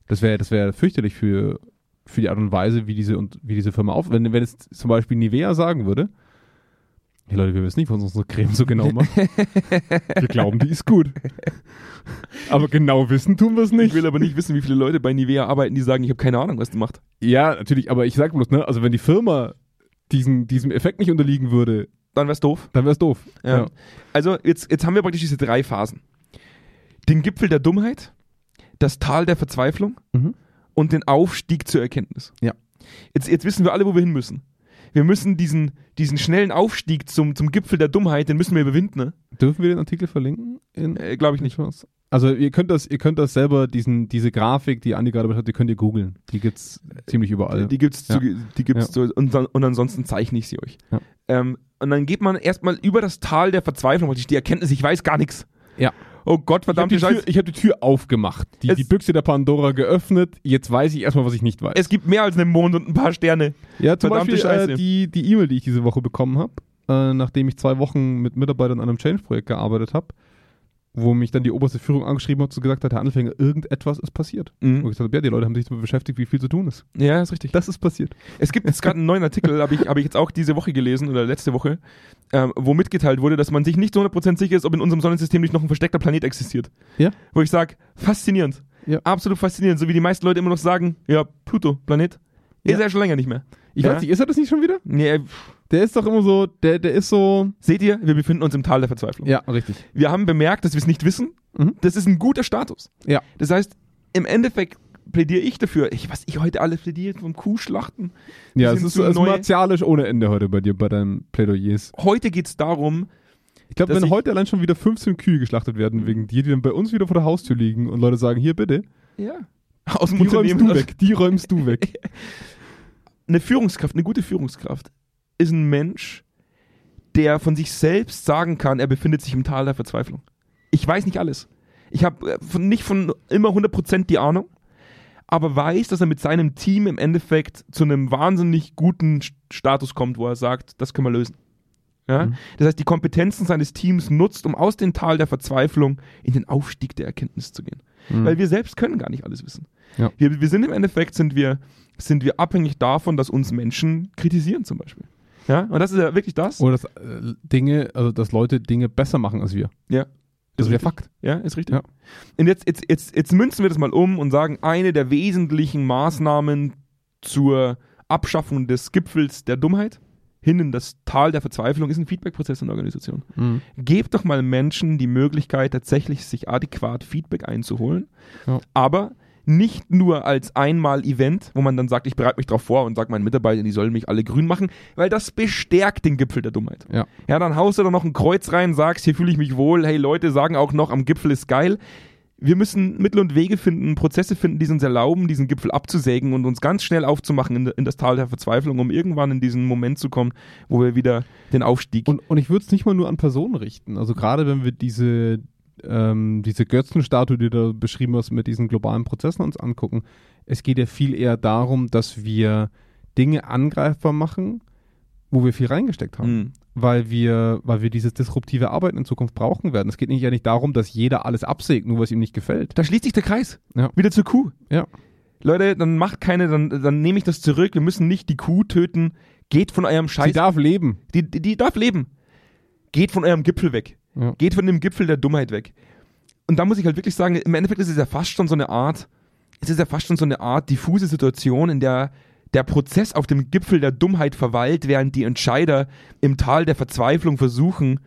Speaker 2: Das wäre das wäre fürchterlich für, für die Art und Weise, wie diese, und, wie diese Firma auf. Wenn, wenn jetzt zum Beispiel Nivea sagen würde, hey Leute, wir wissen nicht, was unsere Creme so genau macht. wir glauben, die ist gut. Aber genau wissen tun wir es
Speaker 1: Ich
Speaker 2: nicht.
Speaker 1: will aber nicht wissen, wie viele Leute bei Nivea arbeiten, die sagen, ich habe keine Ahnung, was du machst.
Speaker 2: Ja, natürlich, aber ich sag bloß, ne, also wenn die Firma diesen, diesem Effekt nicht unterliegen würde,
Speaker 1: Dann wär's doof.
Speaker 2: dann wär's doof.
Speaker 1: Ja. Also jetzt, jetzt haben wir praktisch diese drei Phasen. Den Gipfel der Dummheit, das Tal der Verzweiflung
Speaker 2: Mhm.
Speaker 1: und den Aufstieg zur Erkenntnis.
Speaker 2: Ja.
Speaker 1: Jetzt, jetzt wissen wir alle, wo wir hin müssen. Wir müssen diesen, diesen schnellen Aufstieg zum, zum Gipfel der Dummheit, den müssen wir überwinden, ne?
Speaker 2: Dürfen wir den Artikel verlinken? In
Speaker 1: Äh, Glaube ich nicht.
Speaker 2: Chance? Also ihr könnt das, ihr könnt das selber, diesen, diese Grafik, die Andi gerade hat, die könnt ihr googeln. Die gibt's ziemlich überall.
Speaker 1: Die gibt's,
Speaker 2: Ja.
Speaker 1: zu, die gibt's zu, und, dann- und ansonsten zeichne ich sie euch.
Speaker 2: Ja.
Speaker 1: Ähm, und dann geht man erstmal über das Tal der Verzweiflung, praktisch die Erkenntnis, ich weiß gar nichts.
Speaker 2: Ja.
Speaker 1: Oh Gott,
Speaker 2: Ich habe
Speaker 1: verdammt,
Speaker 2: die,
Speaker 1: ich
Speaker 2: Tür- ich hab die Tür aufgemacht, die,
Speaker 1: Es-
Speaker 2: die Büchse der Pandora geöffnet. Jetzt weiß ich erstmal, was ich nicht weiß.
Speaker 1: es gibt mehr als einen Mond und ein paar Sterne.
Speaker 2: Ja, zum
Speaker 1: Verdammte
Speaker 2: Beispiel äh,
Speaker 1: Scheiße.
Speaker 2: die die E-Mail, die ich diese Woche bekommen habe, äh, nachdem ich zwei Wochen mit Mitarbeitern an einem Change-Projekt gearbeitet habe, wo mich dann die oberste Führung angeschrieben hat und gesagt hat, Herr Anfänger, irgendetwas ist passiert. Und ich gesagt habe, ja, die Leute haben sich damit beschäftigt, wie viel zu tun ist.
Speaker 1: Ja, ist richtig.
Speaker 2: Das ist passiert.
Speaker 1: Es gibt jetzt gerade einen neuen Artikel, habe ich, hab ich jetzt auch diese Woche gelesen oder letzte Woche, ähm, wo mitgeteilt wurde, dass man sich nicht zu 100% sicher ist, ob in unserem Sonnensystem nicht noch ein versteckter Planet existiert.
Speaker 2: Ja.
Speaker 1: Wo ich sage, faszinierend.
Speaker 2: Ja.
Speaker 1: Absolut faszinierend. So wie die meisten Leute immer noch sagen, ja, Pluto, Planet. Ist
Speaker 2: Ja.
Speaker 1: ja schon länger nicht mehr.
Speaker 2: Ich
Speaker 1: Ja.
Speaker 2: weiß nicht, ist er das nicht schon wieder?
Speaker 1: Nee, pff.
Speaker 2: Der ist doch immer so, der, der ist so.
Speaker 1: seht ihr, wir befinden uns im Tal der Verzweiflung.
Speaker 2: Ja, richtig.
Speaker 1: Wir haben bemerkt, dass wir es nicht wissen.
Speaker 2: Mhm.
Speaker 1: Das ist ein guter Status.
Speaker 2: Ja.
Speaker 1: Das heißt, im Endeffekt plädiere ich dafür, ich, was ich heute alles plädiere, vom Kuhschlachten.
Speaker 2: Ja,
Speaker 1: Wir
Speaker 2: es
Speaker 1: sind
Speaker 2: ist,
Speaker 1: zu
Speaker 2: es ist
Speaker 1: neu.
Speaker 2: martialisch ohne Ende heute bei dir, bei deinen Plädoyers.
Speaker 1: Heute geht es darum,
Speaker 2: Ich glaube,
Speaker 1: Dass
Speaker 2: wenn
Speaker 1: ich-
Speaker 2: heute allein schon wieder 15 Kühe geschlachtet werden wegen dir, die dann bei uns wieder vor der Haustür liegen und Leute sagen, hier bitte,
Speaker 1: ja, aus dem
Speaker 2: die räumst
Speaker 1: Unternehmen
Speaker 2: du weg, die räumst du weg.
Speaker 1: eine Führungskraft, eine gute Führungskraft ist ein Mensch, der von sich selbst sagen kann, er befindet sich im Tal der Verzweiflung. Ich weiß nicht alles. Ich habe von, nicht von immer 100% die Ahnung, aber weiß, dass er mit seinem Team im Endeffekt zu einem wahnsinnig guten St- Status kommt, wo er sagt, das können wir lösen. Ja?
Speaker 2: Mhm.
Speaker 1: Das heißt, die Kompetenzen seines Teams nutzt, um aus dem Tal der Verzweiflung in den Aufstieg der Erkenntnis zu gehen
Speaker 2: Mhm.
Speaker 1: weil wir selbst können gar nicht alles wissen.
Speaker 2: Ja.
Speaker 1: Wir, wir sind im Endeffekt sind wir, sind wir abhängig davon, dass uns Menschen kritisieren zum Beispiel. Ja, und das ist ja wirklich das.
Speaker 2: Oder dass äh, Dinge, also dass Leute Dinge besser machen als wir. Das
Speaker 1: Ja. Ist
Speaker 2: ist der
Speaker 1: richtig.
Speaker 2: Fakt.
Speaker 1: Ja, ist richtig.
Speaker 2: Ja.
Speaker 1: Und jetzt, jetzt, jetzt, jetzt münzen wir das mal um und sagen, eine der wesentlichen Maßnahmen zur Abschaffung des Gipfels der Dummheit hin in das Tal der Verzweiflung ist ein Feedbackprozess in der Organisation. gebt doch mal Menschen die Möglichkeit, tatsächlich sich adäquat Feedback einzuholen.
Speaker 2: Ja.
Speaker 1: Aber nicht nur als Einmal-Event, wo man dann sagt, ich bereite mich darauf vor und sage meinen Mitarbeitern, die sollen mich alle grün machen, weil das bestärkt den Gipfel der Dummheit.
Speaker 2: Ja.
Speaker 1: Ja, dann haust du da noch ein Kreuz rein, sagst, hier fühle ich mich wohl, hey Leute sagen auch noch, am Gipfel ist geil. Wir müssen Mittel und Wege finden, Prozesse finden, die es uns erlauben, diesen Gipfel abzusägen und uns ganz schnell aufzumachen in, in das Tal der Verzweiflung, um irgendwann in diesen Moment zu kommen, wo wir wieder den Aufstieg.
Speaker 2: Und, und ich würde es nicht mal nur an Personen richten. Also gerade wenn wir diese, ähm, diese Götzenstatue, die du da beschrieben hast, mit diesen globalen Prozessen uns angucken, es geht ja viel eher darum, dass wir Dinge angreifbar machen, wo wir viel reingesteckt haben.
Speaker 1: Mhm.
Speaker 2: weil wir, weil wir dieses disruptive Arbeiten in Zukunft brauchen werden. Es geht nicht, ja nicht darum, dass jeder alles absägt, nur was ihm nicht gefällt.
Speaker 1: Da schließt sich der Kreis.
Speaker 2: Ja.
Speaker 1: Wieder zur Kuh.
Speaker 2: Ja.
Speaker 1: Leute, dann macht keine, dann, dann nehme ich das zurück. Wir müssen nicht die Kuh töten. Geht von eurem Scheiß.
Speaker 2: Sie darf leben.
Speaker 1: die, die, die darf leben. Geht von eurem Gipfel weg.
Speaker 2: Ja.
Speaker 1: Geht von dem Gipfel der Dummheit weg. Und da muss ich halt wirklich sagen, im Endeffekt ist es ja fast schon so eine Art, es ist ja fast schon so eine Art diffuse Situation, in der der Prozess auf dem Gipfel der Dummheit verweilt, während die Entscheider im Tal der Verzweiflung versuchen,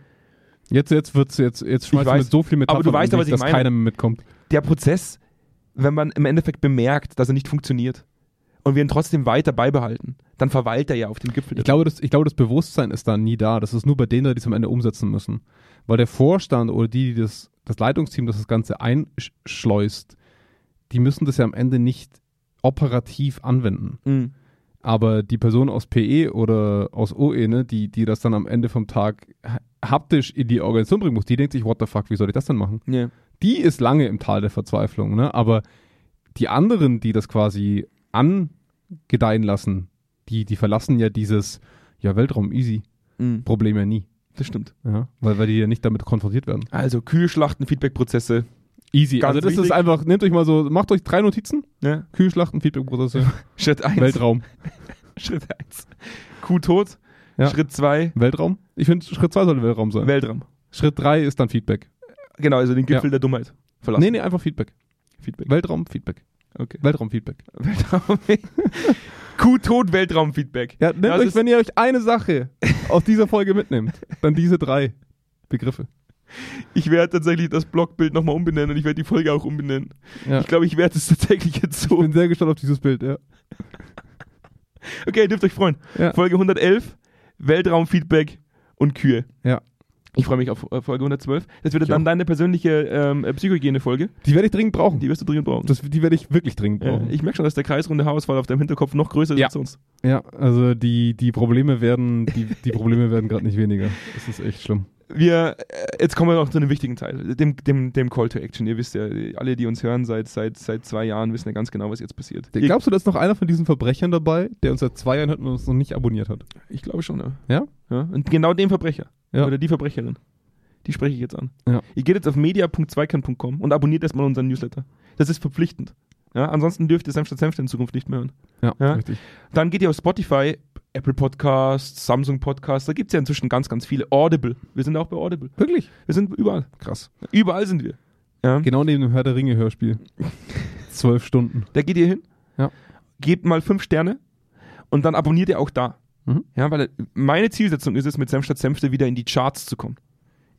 Speaker 2: Jetzt, jetzt wird's, jetzt, jetzt schmeißt
Speaker 1: Ich
Speaker 2: du mit
Speaker 1: weiß.
Speaker 2: so viel Metaphern
Speaker 1: Aber du weißt
Speaker 2: um
Speaker 1: ja, was
Speaker 2: dich,
Speaker 1: ich
Speaker 2: dass
Speaker 1: meine.
Speaker 2: keiner mehr mitkommt.
Speaker 1: der Prozess, wenn man im Endeffekt bemerkt, dass er nicht funktioniert und wir ihn trotzdem weiter beibehalten, dann verweilt er ja auf dem Gipfel.
Speaker 2: Ich glaube, das, ich glaube, das Bewusstsein ist da nie da. Das ist nur bei denen, da, die es am Ende umsetzen müssen. Weil der Vorstand oder die, die das, das Leitungsteam, das das Ganze einschleust, die müssen das ja am Ende nicht operativ anwenden.
Speaker 1: Mhm.
Speaker 2: Aber die Person aus PE oder aus OE, ne, die, die das dann am Ende vom Tag ha- haptisch in die Organisation bringen muss, die denkt sich, what the fuck, wie soll ich das denn machen?
Speaker 1: Ja.
Speaker 2: Die ist lange im Tal der Verzweiflung, ne? Aber die anderen, die das quasi angedeihen lassen, die, die verlassen ja dieses, ja, Weltraum easy,
Speaker 1: Mhm.
Speaker 2: Problem ja nie.
Speaker 1: Das stimmt.
Speaker 2: Ja, weil, weil die ja nicht damit konfrontiert werden.
Speaker 1: Also Kühlschlachten, Feedbackprozesse.
Speaker 2: Easy.
Speaker 1: Ganz
Speaker 2: also das ist
Speaker 1: wichtig.
Speaker 2: einfach, nehmt euch mal so, macht euch drei Notizen,
Speaker 1: Ne?
Speaker 2: Kühlschlachten, Feedback-Prozesse,
Speaker 1: Schritt 1.
Speaker 2: Weltraum.
Speaker 1: Schritt 1. Kuh tot.
Speaker 2: Ja.
Speaker 1: Schritt 2.
Speaker 2: Weltraum? Ich finde, Schritt zwei sollte Weltraum sein.
Speaker 1: Weltraum.
Speaker 2: Schritt drei ist dann Feedback.
Speaker 1: Genau, also den Gipfel der Dummheit verlassen.
Speaker 2: Nee, nee, einfach Feedback.
Speaker 1: Feedback.
Speaker 2: Weltraum-Feedback.
Speaker 1: Okay.
Speaker 2: Weltraum-Feedback.
Speaker 1: Weltraum. Kuh tot, Weltraum-Feedback.
Speaker 2: Ja, nehmt
Speaker 1: Das
Speaker 2: euch,
Speaker 1: ist-
Speaker 2: wenn ihr euch eine Sache aus dieser Folge mitnehmt, dann diese drei Begriffe.
Speaker 1: Ich werde tatsächlich das Blogbild nochmal umbenennen und ich werde die Folge auch umbenennen.
Speaker 2: Ja.
Speaker 1: Ich glaube, ich werde es tatsächlich jetzt
Speaker 2: Ich
Speaker 1: so.
Speaker 2: bin sehr gespannt auf dieses Bild, ja.
Speaker 1: Okay, ihr dürft euch freuen.
Speaker 2: Ja.
Speaker 1: Folge 111, Weltraumfeedback und Kühe.
Speaker 2: Ja.
Speaker 1: Ich freue mich auf äh, Folge 112. Das wird
Speaker 2: Ich
Speaker 1: dann
Speaker 2: auch.
Speaker 1: deine persönliche ähm, äh, Psychohygiene-Folge.
Speaker 2: Die werde ich dringend brauchen.
Speaker 1: Die wirst du dringend brauchen.
Speaker 2: Das, die werde ich wirklich dringend
Speaker 1: Ja,
Speaker 2: brauchen.
Speaker 1: ich merke schon, dass der kreisrunde Haarausfall auf deinem Hinterkopf noch größer ist
Speaker 2: Ja.
Speaker 1: als sonst.
Speaker 2: Ja, also die, die Probleme werden, die, die Probleme werden gerade nicht weniger. Das ist echt schlimm.
Speaker 1: wir, äh, jetzt kommen wir noch zu einem wichtigen Teil, dem, dem, dem Call to Action. Ihr wisst ja, alle, die uns hören seit, seit, seit zwei Jahren, wissen ja ganz genau, was jetzt passiert. Ihr-
Speaker 2: Glaubst du, da ist noch einer von diesen Verbrechern dabei, der uns seit zwei Jahren hört und uns noch nicht abonniert hat?
Speaker 1: Ich glaube schon, ja.
Speaker 2: Ja?
Speaker 1: ja. Und genau den Verbrecher
Speaker 2: Ja.
Speaker 1: oder die Verbrecherin, die spreche ich jetzt an.
Speaker 2: Ja.
Speaker 1: Ihr geht jetzt auf media.zweikern.com und abonniert erstmal unseren Newsletter. Das ist verpflichtend. Ja, ansonsten dürft ihr Senf statt Senf in Zukunft nicht mehr hören.
Speaker 2: Ja,
Speaker 1: Ja.
Speaker 2: richtig.
Speaker 1: Dann geht ihr auf Spotify, Apple Podcasts, Samsung Podcasts, da gibt es ja inzwischen ganz, ganz viele. Audible, wir sind auch bei Audible.
Speaker 2: Wirklich?
Speaker 1: Wir sind überall.
Speaker 2: Krass.
Speaker 1: Überall sind wir. Ja.
Speaker 2: Genau neben dem Herr der Ringe Hörspiel. Zwölf Stunden.
Speaker 1: Da geht ihr hin,
Speaker 2: Ja.
Speaker 1: gebt mal fünf Sterne und dann abonniert ihr auch da.
Speaker 2: Mhm.
Speaker 1: Ja, weil meine Zielsetzung ist es, mit Senf statt Senfte wieder in die Charts zu kommen.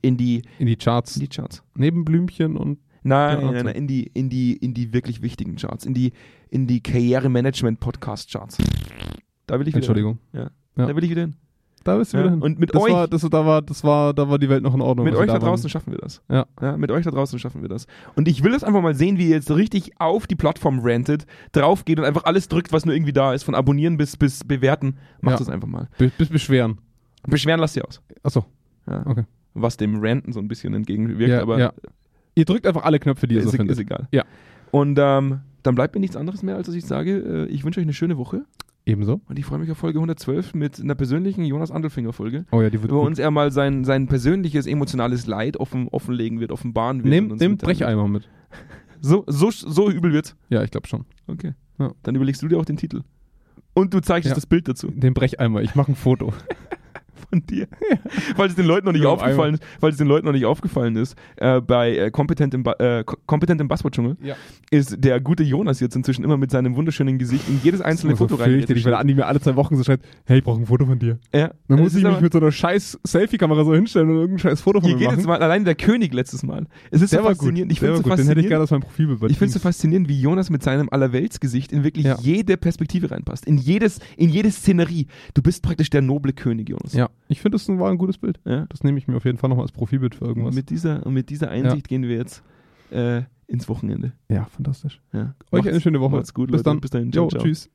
Speaker 1: In die,
Speaker 2: In die Charts.
Speaker 1: in die Charts.
Speaker 2: Neben Blümchen und
Speaker 1: Nein,
Speaker 2: Ja,
Speaker 1: nein,
Speaker 2: so.
Speaker 1: nein, in die, in die, in die wirklich wichtigen Charts, in die, in die Karrieremanagement-Podcast-Charts. Da will ich wieder,
Speaker 2: Entschuldigung.
Speaker 1: hin.
Speaker 2: ja.
Speaker 1: da will ich wieder hin.
Speaker 2: Da bist du
Speaker 1: Ja,
Speaker 2: wieder hin.
Speaker 1: und mit
Speaker 2: das
Speaker 1: euch-
Speaker 2: War, das, da, war, das war, da war die Welt noch in Ordnung.
Speaker 1: Mit
Speaker 2: als wir
Speaker 1: euch da
Speaker 2: waren.
Speaker 1: draußen schaffen wir das.
Speaker 2: Ja.
Speaker 1: Mit euch da draußen schaffen wir das. Und ich will das einfach mal sehen, wie ihr jetzt richtig auf die Plattform rantet, drauf geht und einfach alles drückt, was nur irgendwie da ist, von abonnieren bis, bis bewerten. Macht
Speaker 2: Ja.
Speaker 1: das einfach mal.
Speaker 2: Be bis beschweren.
Speaker 1: Beschweren lasst ihr aus.
Speaker 2: Achso.
Speaker 1: Ja.
Speaker 2: Okay.
Speaker 1: Was dem Ranten so ein bisschen entgegenwirkt,
Speaker 2: Ja,
Speaker 1: aber
Speaker 2: ja. Ihr drückt einfach alle Knöpfe, die ihr
Speaker 1: ist,
Speaker 2: so
Speaker 1: ist,
Speaker 2: findet.
Speaker 1: egal.
Speaker 2: Ja.
Speaker 1: Und ähm, dann bleibt mir nichts anderes mehr, als dass ich sage, äh, ich wünsche euch eine schöne Woche
Speaker 2: Ebenso.
Speaker 1: und ich freue mich auf Folge 112 mit einer persönlichen Jonas Andelfinger-Folge,
Speaker 2: Oh ja, die wird
Speaker 1: wo
Speaker 2: gut.
Speaker 1: uns er mal sein, sein persönliches emotionales Leid offen, offenlegen wird, offenbaren wird. und
Speaker 2: Nehmt
Speaker 1: uns
Speaker 2: nehm
Speaker 1: mitteilen wird.
Speaker 2: Brecheimer mit.
Speaker 1: So, so, so übel wird's.
Speaker 2: Ja, ich glaube schon.
Speaker 1: Okay.
Speaker 2: Ja.
Speaker 1: Dann überlegst du dir auch den Titel. Und du zeigst
Speaker 2: Ja.
Speaker 1: uns das Bild dazu
Speaker 2: Den Brecheimer. Ich mache ein Foto.
Speaker 1: von dir. Weil es den Leuten noch nicht
Speaker 2: Nur auf
Speaker 1: aufgefallen ist, weil es den Leuten noch nicht aufgefallen ist, äh, bei äh, Kompetent im, ba äh, Ko- Kompetent im Basketball-Dschungel
Speaker 2: Ja.
Speaker 1: ist der gute Jonas jetzt inzwischen immer mit seinem wunderschönen Gesicht in jedes einzelne
Speaker 2: Foto
Speaker 1: Foto
Speaker 2: so
Speaker 1: rein.
Speaker 2: fürchterlich, weil Andi mir alle zwei Wochen so schreibt, hey, ich brauche ein Foto von dir.
Speaker 1: Ja.
Speaker 2: Dann
Speaker 1: Das
Speaker 2: muss
Speaker 1: ist
Speaker 2: ich mich
Speaker 1: aber-
Speaker 2: mit so einer scheiß Selfie-Kamera so hinstellen und irgendein scheiß Foto von
Speaker 1: Hier
Speaker 2: mir
Speaker 1: geht
Speaker 2: machen.
Speaker 1: jetzt mal, allein der König letztes Mal. Es ist
Speaker 2: der
Speaker 1: so
Speaker 2: war gut.
Speaker 1: faszinierend. Ich
Speaker 2: der
Speaker 1: finde
Speaker 2: war
Speaker 1: es so
Speaker 2: gut. Den hätte ich gerne
Speaker 1: faszinierend.
Speaker 2: aus meinem Profil bei
Speaker 1: Ich finde es so
Speaker 2: Teams.
Speaker 1: faszinierend, wie Jonas mit seinem Allerweltsgesicht in wirklich
Speaker 2: Ja.
Speaker 1: jede Perspektive reinpasst. In jedes, in jede Szenerie. Du bist praktisch der noble König, Jonas.
Speaker 2: Ja, ich finde, das war ein gutes Bild.
Speaker 1: ja?
Speaker 2: Das nehme ich mir auf jeden Fall nochmal als Profilbild für irgendwas.
Speaker 1: Mit dieser, und mit dieser Einsicht gehen wir jetzt äh, ins Wochenende.
Speaker 2: ja, fantastisch.
Speaker 1: Ja.
Speaker 2: Euch
Speaker 1: Macht's-
Speaker 2: eine schöne Woche.
Speaker 1: Macht's gut,
Speaker 2: Bis
Speaker 1: Leute.
Speaker 2: dann.
Speaker 1: Bis dahin.
Speaker 2: Jo,
Speaker 1: ciao.
Speaker 2: tschüss.